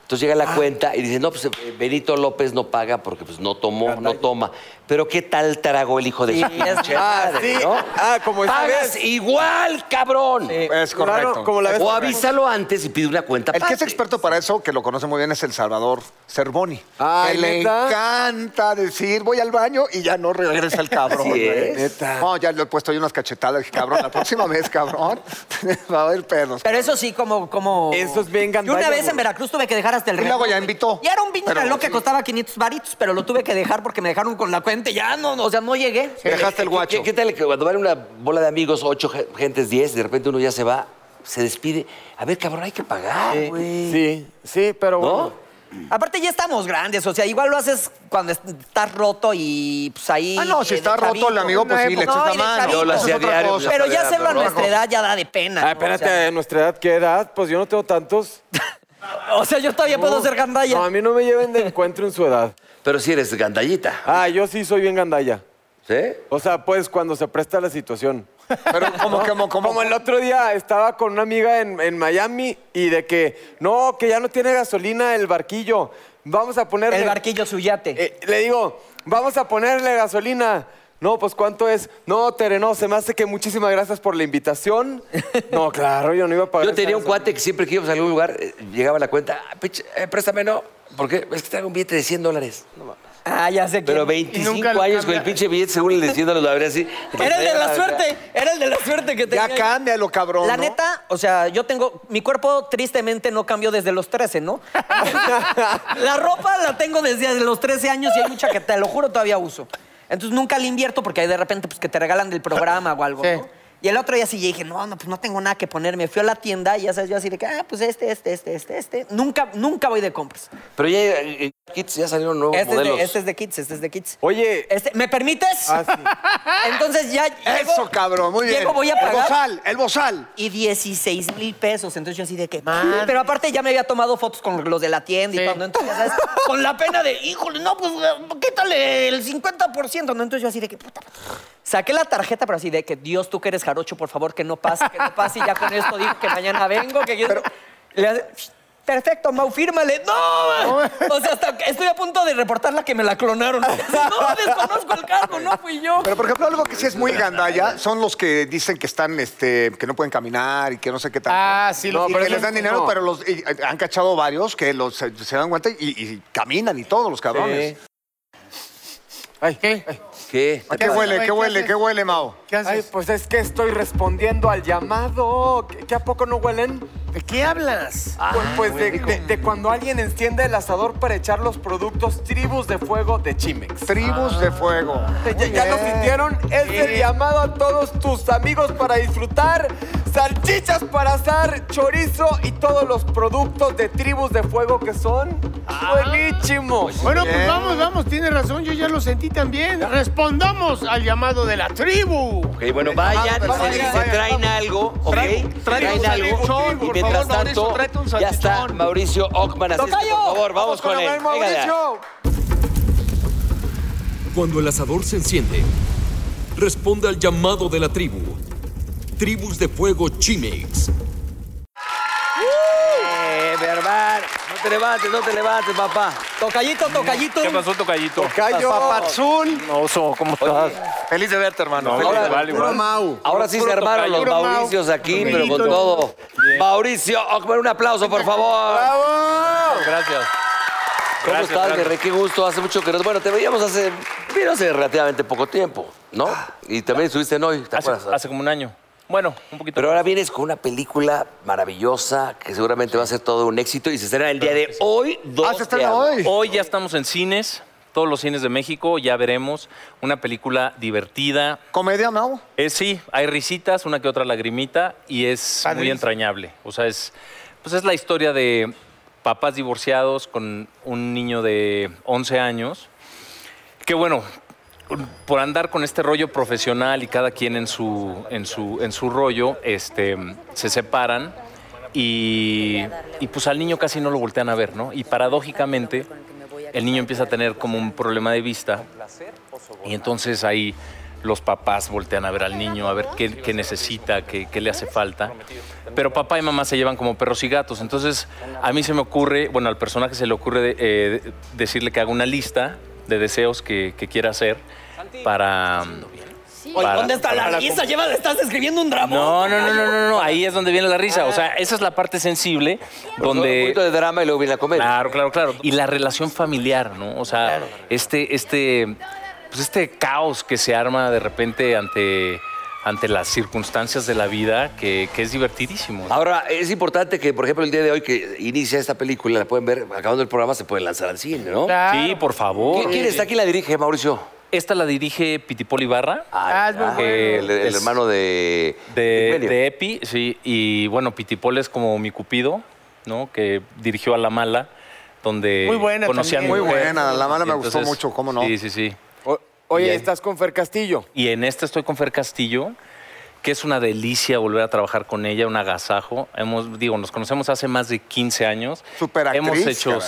[SPEAKER 4] Entonces llega
[SPEAKER 3] Ah.
[SPEAKER 4] la cuenta y dice, no, pues eh, Benito López no paga porque pues no tomó, no toma. Pero ¿qué tal trago el hijo de su
[SPEAKER 5] Sí,
[SPEAKER 4] pinche
[SPEAKER 5] es-
[SPEAKER 3] Ah,
[SPEAKER 4] madre,
[SPEAKER 3] sí.
[SPEAKER 4] ¿no?
[SPEAKER 3] Ah, como esta
[SPEAKER 4] Pagas
[SPEAKER 3] vez.
[SPEAKER 4] igual, cabrón.
[SPEAKER 7] Es correcto.
[SPEAKER 3] Claro, como la vez.
[SPEAKER 4] o avísalo antes y pide una cuenta
[SPEAKER 7] El que es
[SPEAKER 4] aparte.
[SPEAKER 7] experto para eso, que lo conoce muy bien, es el Salvador Cervoni.
[SPEAKER 3] Ay,
[SPEAKER 7] Que le
[SPEAKER 3] ¿neta?
[SPEAKER 7] encanta decir, voy al baño y ya no regresa el cabrón.
[SPEAKER 4] Así
[SPEAKER 7] güey.
[SPEAKER 4] es.
[SPEAKER 3] Neta.
[SPEAKER 7] No, ya le he puesto yo unas cachetadas. Dije, cabrón, la próxima vez, cabrón, va a haber pedos.
[SPEAKER 5] Pero eso sí, como, como.
[SPEAKER 3] Eso es bien
[SPEAKER 5] Yo
[SPEAKER 3] gandalla,
[SPEAKER 5] una vez
[SPEAKER 3] güey.
[SPEAKER 5] en Veracruz tuve que dejar hasta el
[SPEAKER 7] Y luego
[SPEAKER 5] reloj,
[SPEAKER 7] ya
[SPEAKER 5] güey.
[SPEAKER 7] invitó.
[SPEAKER 5] Y era un pinche
[SPEAKER 7] Pero
[SPEAKER 5] reloj que
[SPEAKER 7] sí.
[SPEAKER 5] costaba 500 varitos, pero lo tuve que dejar porque me dejaron con la cuenta y ya no, no, o sea, no llegué.
[SPEAKER 7] Dejaste el
[SPEAKER 4] Eh, ¿Qué-
[SPEAKER 7] guacho.
[SPEAKER 4] ¿Qué, qué tal que cuando van una bola de amigos, ocho ge- gentes, diez, de repente uno ya se va, se despide? A ver, cabrón, hay que pagar, güey.
[SPEAKER 3] Sí, sí, pero bueno.
[SPEAKER 4] ¿No?
[SPEAKER 5] Aparte, ya estamos grandes, o sea, igual lo haces cuando es- estás roto y pues ahí.
[SPEAKER 7] Ah, no, si
[SPEAKER 5] eh, de
[SPEAKER 7] está roto
[SPEAKER 5] chavito.
[SPEAKER 7] el amigo, pues
[SPEAKER 5] Una
[SPEAKER 7] sí, le
[SPEAKER 5] época-
[SPEAKER 7] echas la
[SPEAKER 5] No, y de
[SPEAKER 7] mano.
[SPEAKER 5] chavito.
[SPEAKER 4] Yo lo
[SPEAKER 7] Eso es
[SPEAKER 4] hacía
[SPEAKER 7] otra
[SPEAKER 4] diario,
[SPEAKER 7] cosa.
[SPEAKER 5] Pero ya
[SPEAKER 4] Pero
[SPEAKER 5] hacerlo a
[SPEAKER 4] rojo.
[SPEAKER 5] nuestra edad ya da de pena.
[SPEAKER 3] Ah,
[SPEAKER 5] ¿no? O
[SPEAKER 3] espérate,
[SPEAKER 5] sea,
[SPEAKER 3] a nuestra edad, ¿qué edad? Pues yo no tengo tantos.
[SPEAKER 5] O sea, yo todavía puedo ser gandalla.
[SPEAKER 3] No, a mí no me lleven de encuentro en su edad.
[SPEAKER 4] Pero si eres gandallita,
[SPEAKER 3] Ah, yo sí soy bien gandalla.
[SPEAKER 4] ¿sí?
[SPEAKER 3] O sea, pues cuando se presta la situación.
[SPEAKER 7] Pero como, como, como,
[SPEAKER 3] Como el otro día estaba con una amiga en, en Miami y de que, no, que ya no tiene gasolina el barquillo. Vamos a ponerle...
[SPEAKER 5] El barquillo su yate.
[SPEAKER 3] Eh, le digo, vamos a ponerle gasolina. No, pues ¿cuánto es? No, Tere, no, se me hace que muchísimas gracias por la invitación. No, claro, yo no iba a pagar.
[SPEAKER 4] Yo tenía
[SPEAKER 3] esa
[SPEAKER 4] un cuate que siempre que íbamos a algún lugar, eh, llegaba a la cuenta, "Ah, pinche, eh, préstame, no, porque es que traigo un billete de 100 dólares. No mames.
[SPEAKER 5] Ah, ya sé que.
[SPEAKER 4] Pero
[SPEAKER 9] Y
[SPEAKER 4] 25
[SPEAKER 9] nunca lo
[SPEAKER 4] años con el
[SPEAKER 9] cambia.
[SPEAKER 4] pinche billete, según el de 100 dólares, lo habría así.
[SPEAKER 5] Era el de la suerte, era el de la suerte que tenía.
[SPEAKER 7] Ya cámbialo, cabrón.
[SPEAKER 5] La
[SPEAKER 7] ¿no?
[SPEAKER 5] neta, o sea, yo tengo. Mi cuerpo tristemente no cambió desde los 13, ¿no? la ropa la tengo desde los 13 años y hay mucha que te lo juro todavía uso. Entonces nunca le invierto porque hay de repente pues, que te regalan del programa o algo,
[SPEAKER 9] Sí.
[SPEAKER 5] ¿no? Y el otro día sí dije, no, no, pues no tengo nada que ponerme. Fui a la tienda y ya sabes, yo así de que, ah, pues este, este, este, este, este. Nunca, nunca voy de compras.
[SPEAKER 4] Pero ya, eh, Kids, ya salieron nuevos
[SPEAKER 5] Este es,
[SPEAKER 4] modelos.
[SPEAKER 5] de, este es de kids, este es de kids.
[SPEAKER 3] Oye.
[SPEAKER 5] Este, ¿me permites?
[SPEAKER 3] Ah, sí.
[SPEAKER 5] Entonces ya.
[SPEAKER 7] Eso,
[SPEAKER 5] llego-
[SPEAKER 7] cabrón, muy bien.
[SPEAKER 5] Llego, voy a
[SPEAKER 7] El
[SPEAKER 5] pagar
[SPEAKER 7] bozal, el bozal.
[SPEAKER 5] y 16 mil pesos. Entonces yo así de que.
[SPEAKER 9] Madre.
[SPEAKER 5] Pero aparte ya me había tomado fotos con los de la tienda y
[SPEAKER 9] Sí.
[SPEAKER 5] cuando entonces, ¿sabes? Con la pena de, híjole, no, pues quítale el 50%. ¿no? Entonces yo así de que. Puta. Saqué la tarjeta, pero así de que, Dios, tú que eres jarocho, por favor, que no pase, que no pase. Y ya con esto digo que mañana vengo, que yo. Le hace- Perfecto, Mau, fírmale. ¡No! man! O sea, hasta que estoy a punto de reportar la que me la clonaron. No, desconozco el cargo, no fui yo.
[SPEAKER 7] Pero, por ejemplo, algo que sí es muy gandalla son los que dicen que están, este, que no pueden caminar y que no sé qué tal.
[SPEAKER 9] Ah, sí,
[SPEAKER 7] no,
[SPEAKER 9] los
[SPEAKER 7] pero
[SPEAKER 9] que
[SPEAKER 7] que les dan dinero, pero los, y, eh, han cachado varios que los, se, se dan cuenta y, y caminan y todos los cabrones.
[SPEAKER 3] Ay,
[SPEAKER 9] ¿Qué?
[SPEAKER 4] ¿Qué?
[SPEAKER 7] ¿A ¿Qué huele, qué huele, qué huele, Mao?
[SPEAKER 9] ¿Qué
[SPEAKER 3] ay,
[SPEAKER 9] haces?
[SPEAKER 3] pues es que estoy respondiendo al llamado. ¿Qué, qué a poco no huelen?
[SPEAKER 9] ¿De qué hablas?
[SPEAKER 4] Ah,
[SPEAKER 3] Pues, pues de, de- de cuando alguien enciende el asador para echar los productos tribus de fuego de Chimex.
[SPEAKER 7] Tribus de fuego.
[SPEAKER 3] ¿Ya, ya lo sintieron? Es el llamado a todos tus amigos para disfrutar salchichas para asar, chorizo y todos los productos de tribus de fuego que son
[SPEAKER 4] Ah.
[SPEAKER 3] buenísimos.
[SPEAKER 9] Bueno, pues vamos, vamos, tienes razón, yo ya lo sentí también. Respondamos al llamado de la tribu.
[SPEAKER 4] Ok, bueno, vayan,
[SPEAKER 7] pero
[SPEAKER 4] se,
[SPEAKER 7] vayan,
[SPEAKER 4] se
[SPEAKER 7] vayan,
[SPEAKER 4] traen algo, ok.
[SPEAKER 7] Traen- traen un salchichón,
[SPEAKER 4] Y
[SPEAKER 7] por
[SPEAKER 4] mientras
[SPEAKER 7] favor,
[SPEAKER 4] tanto,
[SPEAKER 7] Mauricio, tráete un
[SPEAKER 4] ya está
[SPEAKER 7] salchichón.
[SPEAKER 4] Mauricio Ockman. asiste,
[SPEAKER 5] ¡Tocayo!
[SPEAKER 4] Por favor, vamos, con, él.
[SPEAKER 3] el
[SPEAKER 4] Venga, ya.
[SPEAKER 3] Mauricio.
[SPEAKER 1] Cuando el asador se enciende, responde al llamado de la tribu. Tribus de Fuego Chimex.
[SPEAKER 4] Eh, mi hermano, no te levantes, no te levantes, papá.
[SPEAKER 5] Tocallito, tocallito.
[SPEAKER 10] ¿Qué pasó, tocallito?
[SPEAKER 3] Cayo.
[SPEAKER 7] Papazul.
[SPEAKER 10] Oso, ¿cómo estás?
[SPEAKER 7] Feliz de verte, hermano.
[SPEAKER 10] No,
[SPEAKER 7] Feliz de
[SPEAKER 10] igual,
[SPEAKER 7] verte.
[SPEAKER 10] igual.
[SPEAKER 4] Ahora sí se
[SPEAKER 10] Puro
[SPEAKER 4] armaron los
[SPEAKER 10] tocayo.
[SPEAKER 9] Puro Mau.
[SPEAKER 4] Mauricios aquí, pero con
[SPEAKER 9] Amiguitos.
[SPEAKER 4] todo. Mauricio Ockman, un aplauso, por favor.
[SPEAKER 10] Gracias.
[SPEAKER 4] ¿Cómo
[SPEAKER 10] Gracias,
[SPEAKER 4] estás,
[SPEAKER 10] gracias.
[SPEAKER 4] Berre? Qué gusto, hace mucho que nos... Bueno, te veíamos hace, vino hace relativamente poco tiempo, ¿no? Y también estuviste en hoy, ¿te
[SPEAKER 10] Ah. Hace,
[SPEAKER 4] acuerdas?
[SPEAKER 10] hace como un año. Bueno, un poquito.
[SPEAKER 4] Pero ahora vienes con una película maravillosa que seguramente va a ser todo un éxito y se estrena el día de hoy. dos
[SPEAKER 7] se
[SPEAKER 4] de
[SPEAKER 7] estrena
[SPEAKER 4] agosto.
[SPEAKER 7] hoy.
[SPEAKER 10] Ah, Hoy ya estamos en cines, todos los cines de México, ya veremos una película divertida.
[SPEAKER 7] ¿Comedia, Mao?
[SPEAKER 10] Eh, sí, hay risitas, una que otra lagrimita y es
[SPEAKER 5] Ah,
[SPEAKER 10] muy entrañable. O sea, es, pues es la historia de papás divorciados con un niño de 11 años. Que bueno, por andar con este rollo profesional y cada quien en su, en su, en su rollo, este, se separan y, y pues al niño casi no lo voltean a ver, ¿no? Y paradójicamente, el niño empieza a tener como un problema de vista y entonces ahí los papás voltean a ver al niño, a ver qué, qué necesita, qué, qué le hace falta. Pero papá y mamá se llevan como perros y gatos. Entonces a mí se me ocurre, bueno, al personaje se le ocurre de- eh, de- decirle que haga una lista de deseos que, que quiera hacer para... mm,
[SPEAKER 5] Oye,
[SPEAKER 10] para-
[SPEAKER 5] ¿Dónde está la risa? Lleva, estás escribiendo un drama.
[SPEAKER 10] No, no, no, no, no, no, ahí es donde viene la risa. O sea, esa es la parte sensible
[SPEAKER 4] Pues Un poquito de
[SPEAKER 10] donde...
[SPEAKER 4] drama y luego viene la comedia.
[SPEAKER 10] Claro, claro, claro. Y la relación familiar, ¿no? O sea, este, este, pues este caos que se arma de repente ante, ante las circunstancias de la vida, que, que es divertidísimo.
[SPEAKER 4] Ahora, es importante que, por ejemplo, el día de hoy que inicia esta película, la pueden ver, acabando el programa se puede lanzar al cine, ¿no?
[SPEAKER 10] Sí, por favor.
[SPEAKER 4] ¿Qui- ¿Quién está aquí la dirige, Mauricio?
[SPEAKER 10] Esta la dirige Pitipoli Barra.
[SPEAKER 4] Ah,
[SPEAKER 9] es muy
[SPEAKER 4] ya.
[SPEAKER 9] bueno.
[SPEAKER 4] el, el
[SPEAKER 10] Es-
[SPEAKER 4] hermano de...
[SPEAKER 10] De,
[SPEAKER 4] Eugenio.
[SPEAKER 10] de Epi, sí. Y bueno, Pitipol es como mi cupido, ¿no? Que dirigió a La Mala, donde
[SPEAKER 9] Muy buena
[SPEAKER 10] conocían
[SPEAKER 9] también.
[SPEAKER 7] Muy buena, La Mala me gustó mucho, ¿cómo no?
[SPEAKER 10] Sí, sí, sí.
[SPEAKER 3] O-
[SPEAKER 10] Y
[SPEAKER 3] Oye,
[SPEAKER 10] ahí-
[SPEAKER 3] estás con Fer Castillo.
[SPEAKER 10] Y en esta estoy con Fer Castillo, que es una delicia volver a trabajar con ella, un agasajo. Hemos, digo, nos conocemos hace más de 15 años.
[SPEAKER 7] Superactriz,
[SPEAKER 10] Hemos hecho
[SPEAKER 7] caray.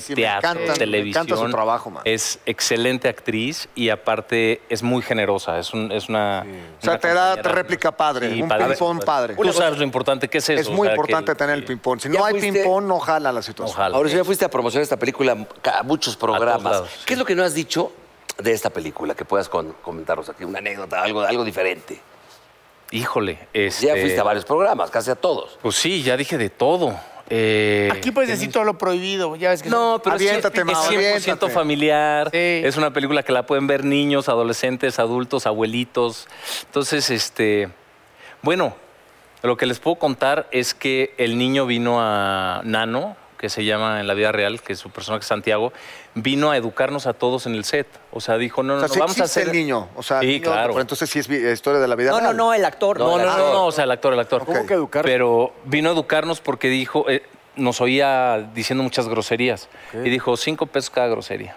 [SPEAKER 7] Sí, sí, sí, me
[SPEAKER 10] teatro,
[SPEAKER 7] encanta, me
[SPEAKER 10] televisión.
[SPEAKER 7] encanta su trabajo, man.
[SPEAKER 10] Es excelente actriz y aparte es muy generosa. Es, un- es una,
[SPEAKER 7] O sea,
[SPEAKER 10] una
[SPEAKER 7] te da
[SPEAKER 10] compañera.
[SPEAKER 7] réplica padre,
[SPEAKER 10] Sí,
[SPEAKER 7] un
[SPEAKER 10] padre.
[SPEAKER 7] ping-pong padre.
[SPEAKER 10] Tú sabes lo importante que es eso.
[SPEAKER 7] Es
[SPEAKER 10] o
[SPEAKER 7] muy
[SPEAKER 10] sea, que-
[SPEAKER 7] importante tener el
[SPEAKER 10] que-
[SPEAKER 7] ping-pong. Si
[SPEAKER 4] ¿Ya
[SPEAKER 7] no hay
[SPEAKER 4] fuiste?
[SPEAKER 7] ping-pong, no jala la situación.
[SPEAKER 10] Ojalá.
[SPEAKER 4] Ahora, si ya fuiste a promocionar esta película a muchos programas.
[SPEAKER 10] lados, sí.
[SPEAKER 4] ¿Qué es lo que no has dicho de esta película que puedas con- comentarnos aquí? Una anécdota, algo, algo diferente.
[SPEAKER 10] Híjole. Este,
[SPEAKER 4] Ya fuiste a varios programas, casi a todos.
[SPEAKER 10] Pues sí, ya dije de todo. Eh,
[SPEAKER 9] Aquí puedes decir todo lo prohibido, ya ves que...
[SPEAKER 10] No, pero es cien-
[SPEAKER 7] Aviéntate,
[SPEAKER 10] es
[SPEAKER 7] Mau,
[SPEAKER 10] 100%
[SPEAKER 7] aviéntate.
[SPEAKER 10] familiar.
[SPEAKER 9] Sí.
[SPEAKER 10] Es una película que la pueden ver niños, adolescentes, adultos, abuelitos. Entonces, este, bueno, lo que les puedo contar es que el niño vino a Nano, que se llama en la vida real, que es su personaje es Santiago, vino a educarnos a todos en el set. O sea, dijo, no,
[SPEAKER 7] O
[SPEAKER 10] no,
[SPEAKER 7] sea,
[SPEAKER 10] no,
[SPEAKER 7] sí
[SPEAKER 10] vamos a
[SPEAKER 7] existe
[SPEAKER 10] hacer
[SPEAKER 7] el niño. O sea,
[SPEAKER 10] Sí,
[SPEAKER 7] el niño,
[SPEAKER 10] claro.
[SPEAKER 7] Pero entonces sí es vi- historia de la vida
[SPEAKER 5] No, no,
[SPEAKER 7] real.
[SPEAKER 5] no, el actor.
[SPEAKER 10] No,
[SPEAKER 5] el
[SPEAKER 10] no,
[SPEAKER 5] actor.
[SPEAKER 10] no, no, o sea, el actor, el actor.
[SPEAKER 7] ¿Cómo
[SPEAKER 3] que educar?
[SPEAKER 10] Pero vino a educarnos porque dijo, eh, nos oía diciendo muchas groserías. Y dijo, cinco pesos cada grosería.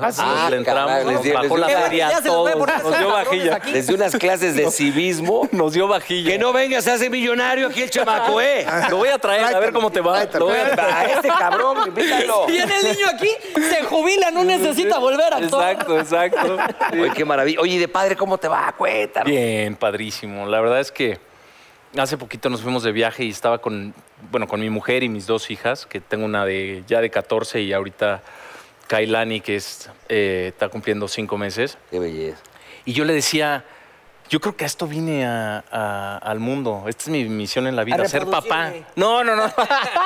[SPEAKER 9] Ah, sí.
[SPEAKER 4] Ah,
[SPEAKER 10] le entramos,
[SPEAKER 4] caray, les di-
[SPEAKER 10] bajó
[SPEAKER 4] les
[SPEAKER 10] la
[SPEAKER 4] di-
[SPEAKER 10] feria
[SPEAKER 5] Ya
[SPEAKER 10] a
[SPEAKER 5] se los voy a
[SPEAKER 10] todos.
[SPEAKER 5] poner
[SPEAKER 10] Nos dio
[SPEAKER 5] cabrones
[SPEAKER 10] vajilla.
[SPEAKER 5] aquí.
[SPEAKER 4] Les di unas clases de civismo.
[SPEAKER 10] Nos dio vajilla.
[SPEAKER 4] Que no venga, se hace millonario aquí el chamaco, ¿eh?
[SPEAKER 10] Lo voy a traer, a ver cómo te va. Lo voy a
[SPEAKER 4] A este cabrón, invítalo.
[SPEAKER 5] Viene el niño aquí, se jubila, no necesita volver a actuar.
[SPEAKER 10] Exacto, exacto.
[SPEAKER 4] Oye, qué maravilla. Oye, ¿y de padre, ¿cómo te va? Cuéntanos.
[SPEAKER 10] Bien, padrísimo. La verdad es que hace poquito nos fuimos de viaje y estaba con bueno, con mi mujer y mis dos hijas, que tengo una de ya de 14 y ahorita Kailani, que es, eh, está cumpliendo cinco meses.
[SPEAKER 4] Qué belleza.
[SPEAKER 10] Y yo le decía, yo creo que a esto vine a- a- al mundo. Esta es mi misión en la vida,
[SPEAKER 5] A
[SPEAKER 10] ser papá.
[SPEAKER 5] reproducirme.
[SPEAKER 10] No, no, no.